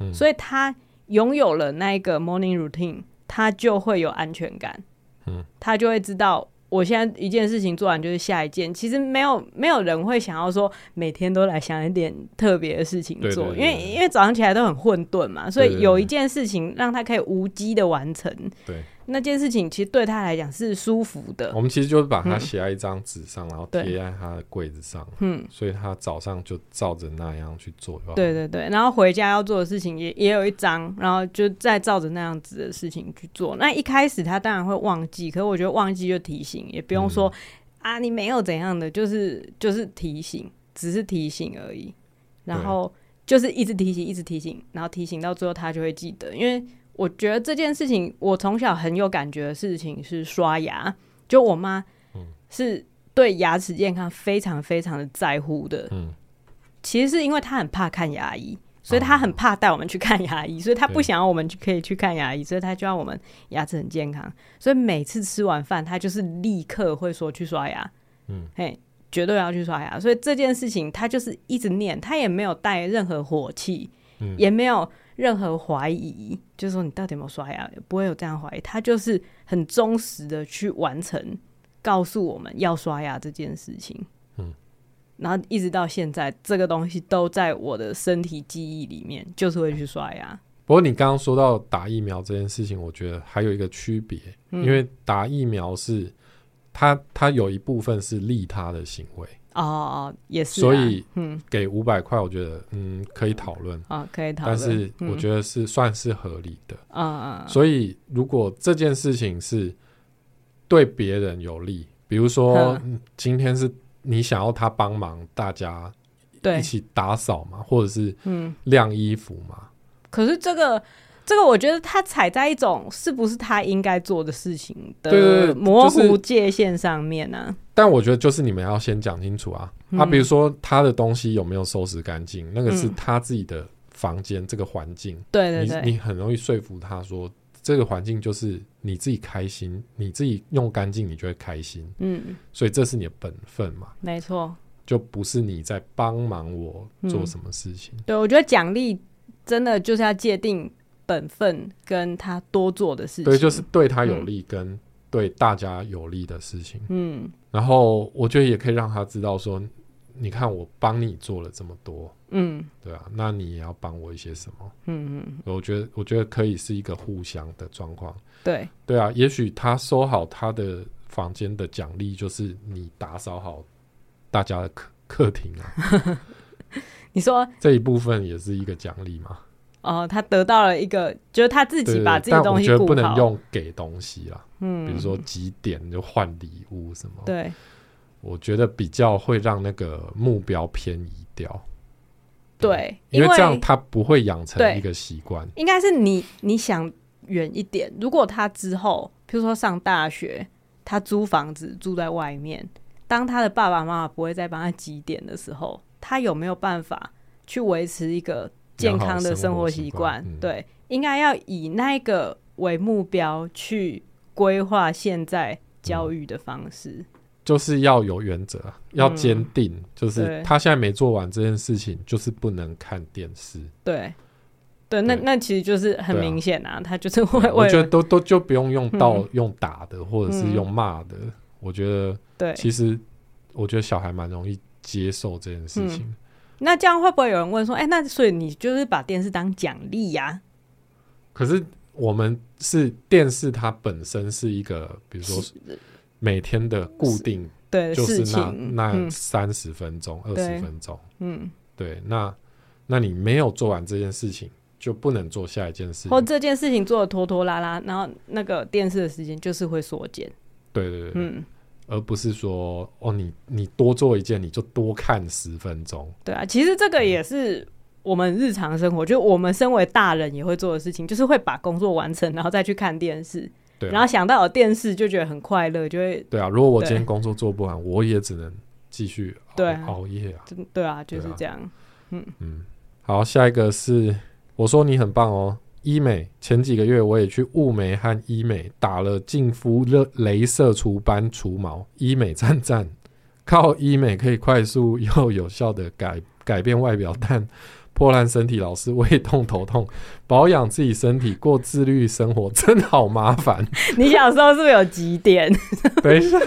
Speaker 2: 嗯
Speaker 1: 所以他拥有了那一个 morning routine，他就会有安全感。
Speaker 2: 嗯
Speaker 1: 他就会知道我现在一件事情做完就是下一件。其实没有没有人会想要说每天都来想一点特别的事情
Speaker 2: 对
Speaker 1: 做，
Speaker 2: 对
Speaker 1: 因
Speaker 2: 对对
Speaker 1: 为因为早上起来都很混沌嘛，所
Speaker 2: 对
Speaker 1: 以
Speaker 2: 对
Speaker 1: 有
Speaker 2: 对
Speaker 1: 一件事情让他可以无机的完成，
Speaker 2: 对。
Speaker 1: 那件事情其实对他来讲是舒服的。
Speaker 2: 我们其实就是把它写在一张纸上，然后
Speaker 1: 对
Speaker 2: 贴在他的柜子上，
Speaker 1: 嗯，
Speaker 2: 所以他早上就照着那样去做就好。
Speaker 1: 对对对，然后回家要做的事情也也有一张，然后就再照着那样子的事情去做。那一开始他当然会忘记，可是我觉得忘记就提醒，也不用说、啊你没有怎样的，就是就是提醒，只是提醒而已。然后就是一直提醒，一直提醒，然后提醒到最后他就会记得。因为我觉得这件事情，我从小很有感觉的事情是刷牙，就我妈是对牙齿健康非常非常的在乎的。
Speaker 2: 嗯
Speaker 1: 其实是因为她很怕看牙医，所以她很怕带我们去看牙医，所以她不
Speaker 2: 对
Speaker 1: 想要我们去可以去看牙医，所以她就要我们牙齿很健康。所以每次吃完饭，她就是立刻会说去刷牙。
Speaker 2: 嗯，
Speaker 1: 嘿。绝对要去刷牙，所以这件事情她就是一直念，她也没有带任何火气，
Speaker 2: 嗯
Speaker 1: 也没有任何怀疑，就是说你到底有没有刷牙，也不会有这样怀疑。她就是很忠实的去完成告诉我们要刷牙这件事情。
Speaker 2: 嗯，
Speaker 1: 然后一直到现在，这个东西都在我的身体记忆里面，就是会去刷牙。
Speaker 2: 不过你刚刚说到打疫苗这件事情，我觉得还有一个区别，
Speaker 1: 嗯
Speaker 2: 因为打疫苗是它它有一部分是利他的行为，
Speaker 1: 哦哦，也是啊，
Speaker 2: 所以
Speaker 1: 嗯，
Speaker 2: 给五百块，我觉得嗯可以讨论，
Speaker 1: 哦，可以讨
Speaker 2: 但
Speaker 1: 论，嗯
Speaker 2: 是我觉得是算是合理的。
Speaker 1: 得，嗯嗯，
Speaker 2: 所以如果这件事情是对别人有利，比如说
Speaker 1: 嗯
Speaker 2: 嗯今天是你想要他帮忙大家
Speaker 1: 对
Speaker 2: 一，起打扫嘛，或者是
Speaker 1: 嗯，
Speaker 2: 晾衣服嘛，
Speaker 1: 可是这个。这个我觉得他踩在一种是不是他应该做的事情
Speaker 2: 对对对
Speaker 1: 的模
Speaker 2: 就是
Speaker 1: 糊界限上面呢、啊？
Speaker 2: 但我觉得就是你们要先讲清楚啊，啊，
Speaker 1: 嗯
Speaker 2: 比如说他的东西有没有收拾干净，那个是
Speaker 1: 嗯
Speaker 2: 他自己的房间这个环境，
Speaker 1: 对对对，
Speaker 2: 你你很容易说服他说这个环境就是你自己开心，你自己用干净你就会开心，
Speaker 1: 嗯，
Speaker 2: 所以这是你的本分嘛，
Speaker 1: 没错。
Speaker 2: 就不是你在帮忙我做什么事情。
Speaker 1: 对，我觉得奖励真的就是要界定本分跟他多做嗯的事情。
Speaker 2: 对，就是对他有利跟对大家有利的事情。
Speaker 1: 嗯
Speaker 2: 然后我觉得也可以让他知道说，你看我帮你做了这么多，
Speaker 1: 嗯
Speaker 2: 对啊，那你也要帮我一些什么？
Speaker 1: 嗯嗯，
Speaker 2: 我觉得，我觉得可以是一个互相的状况。
Speaker 1: 对
Speaker 2: 对啊，也许他收好他的房间的奖励就是你打扫好大家的客客厅啊，
Speaker 1: 你说
Speaker 2: 这一部分也是一个奖励嘛。
Speaker 1: 哦、他得到了一个，就是他自
Speaker 2: 对
Speaker 1: 己
Speaker 2: 对
Speaker 1: 把
Speaker 2: 对
Speaker 1: 自己的
Speaker 2: 但我
Speaker 1: 东西
Speaker 2: 觉得
Speaker 1: 顾
Speaker 2: 不能
Speaker 1: 好。
Speaker 2: 用给东西啦，
Speaker 1: 嗯，
Speaker 2: 比如说几点就换礼物什么。
Speaker 1: 对，
Speaker 2: 我觉得比较会让那个目标偏移掉。
Speaker 1: 对
Speaker 2: 因
Speaker 1: 因为
Speaker 2: 这样他不会养成
Speaker 1: 对
Speaker 2: 一个习惯。
Speaker 1: 应该是你你想远一点。如果他之后，比如说上大学，他租房子住在外面，当他的爸爸妈妈不会再帮他积点的时候，他有没有办法去维持一个健康的生活习惯？
Speaker 2: 良好的生活习惯嗯
Speaker 1: 对，应该要以那个为目标去规划现在教育的方式。
Speaker 2: 就是要有原则啊，要
Speaker 1: 嗯
Speaker 2: 坚定。就是
Speaker 1: 对
Speaker 2: 他现在没做完这件事情，就是不能看电 视。
Speaker 1: 对。对，那
Speaker 2: 对
Speaker 1: 那其实就是很
Speaker 2: 对啊
Speaker 1: 明显嗯啊，他就是会
Speaker 2: 对我
Speaker 1: 为
Speaker 2: 觉
Speaker 1: 了
Speaker 2: 得都都就不用用到、
Speaker 1: 嗯
Speaker 2: 用打的，或者是
Speaker 1: 嗯
Speaker 2: 用骂的。我觉得
Speaker 1: 对，
Speaker 2: 其实，我觉得小孩蛮容易接受这件
Speaker 1: 嗯
Speaker 2: 事情。
Speaker 1: 那这样会不会有人问说，哎、那所以你就是把电视当奖励呀？
Speaker 2: 可是我们是电视，它本身是一个，比如说每天的固定，
Speaker 1: 对
Speaker 2: 就
Speaker 1: 事
Speaker 2: 是那
Speaker 1: 情，
Speaker 2: 那
Speaker 1: 嗯
Speaker 2: 三十分钟、二十
Speaker 1: 对
Speaker 2: 分钟。
Speaker 1: 嗯，
Speaker 2: 对，那那你没有做完这件事情，就不能做下一件事
Speaker 1: 或
Speaker 2: 情。
Speaker 1: 这件事情做的拖拖拉拉，然后那个电视的时间就是会缩减，
Speaker 2: 对对对，
Speaker 1: 嗯，
Speaker 2: 而不是说哦，你你多做一件，你就多看十分钟。
Speaker 1: 对啊，其实这个也是我们日常生活，就是我们身为大人也会做的事情，就是会把工作完成，然后再去看电视，
Speaker 2: 对
Speaker 1: 然
Speaker 2: 啊
Speaker 1: 后，想到有电视就觉得很快乐，就会，
Speaker 2: 对啊。如果我今天
Speaker 1: 对
Speaker 2: 工作做不完，我也只能继续熬
Speaker 1: 对啊
Speaker 2: 熬夜啊。
Speaker 1: 真对啊，就是
Speaker 2: 对啊
Speaker 1: 这样，
Speaker 2: 嗯，好，下一个是我说你很棒哦。医美前几个月我也去物美和医美打了净肤热镭射除斑除毛，医美赞赞，靠医美可以快速又有效的改改变外表，但破烂身体老是胃痛头痛，保养自己身体过自律生活真好麻 烦。
Speaker 1: 你小时候是不是有几点？
Speaker 2: 等一下，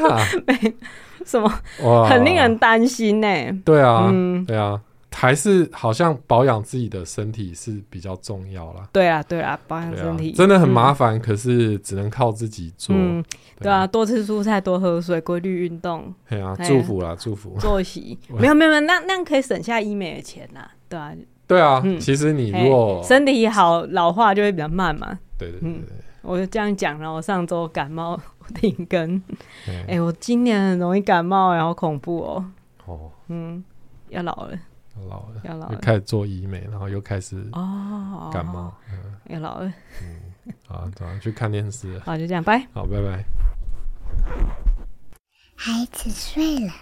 Speaker 1: 什么
Speaker 2: 哇，
Speaker 1: 很令人担心呢、
Speaker 2: 对啊，
Speaker 1: 嗯，
Speaker 2: 对啊，还是好像保养自己的身体是比较重要啦。
Speaker 1: 对啊，对啊，保养
Speaker 2: 对
Speaker 1: 身
Speaker 2: 啊
Speaker 1: 体、，
Speaker 2: 真的很麻烦，可是只能靠自己做。
Speaker 1: 嗯，对啊，
Speaker 2: 啊，
Speaker 1: 多吃蔬菜，多喝水，规律运动，
Speaker 2: 对啊，
Speaker 1: 哎呀
Speaker 2: 祝福啦，祝福。
Speaker 1: 作息
Speaker 2: 我
Speaker 1: 没有没有没有，那那样可以省下医美的钱呐、对啊，
Speaker 2: 对啊，
Speaker 1: 嗯
Speaker 2: 其实你
Speaker 1: 嘿
Speaker 2: 如果
Speaker 1: 身体好，老化就会比较慢嘛。
Speaker 2: 对对对对
Speaker 1: 嗯我就这样讲，然后我上周感冒我停更，
Speaker 2: 对，
Speaker 1: 哎、
Speaker 2: 哎
Speaker 1: 我今年很容易感冒，然后恐怖哦，
Speaker 2: 哦，
Speaker 1: 嗯，要老了，
Speaker 2: 老了，
Speaker 1: 要老
Speaker 2: 又
Speaker 1: 了，
Speaker 2: 开始做医美，然后又开始
Speaker 1: 哦，
Speaker 2: 感冒
Speaker 1: 要老了，
Speaker 2: 啊，早上去看电视了。
Speaker 1: 好，就这样，拜。
Speaker 2: 好，拜拜。
Speaker 3: 孩子睡了，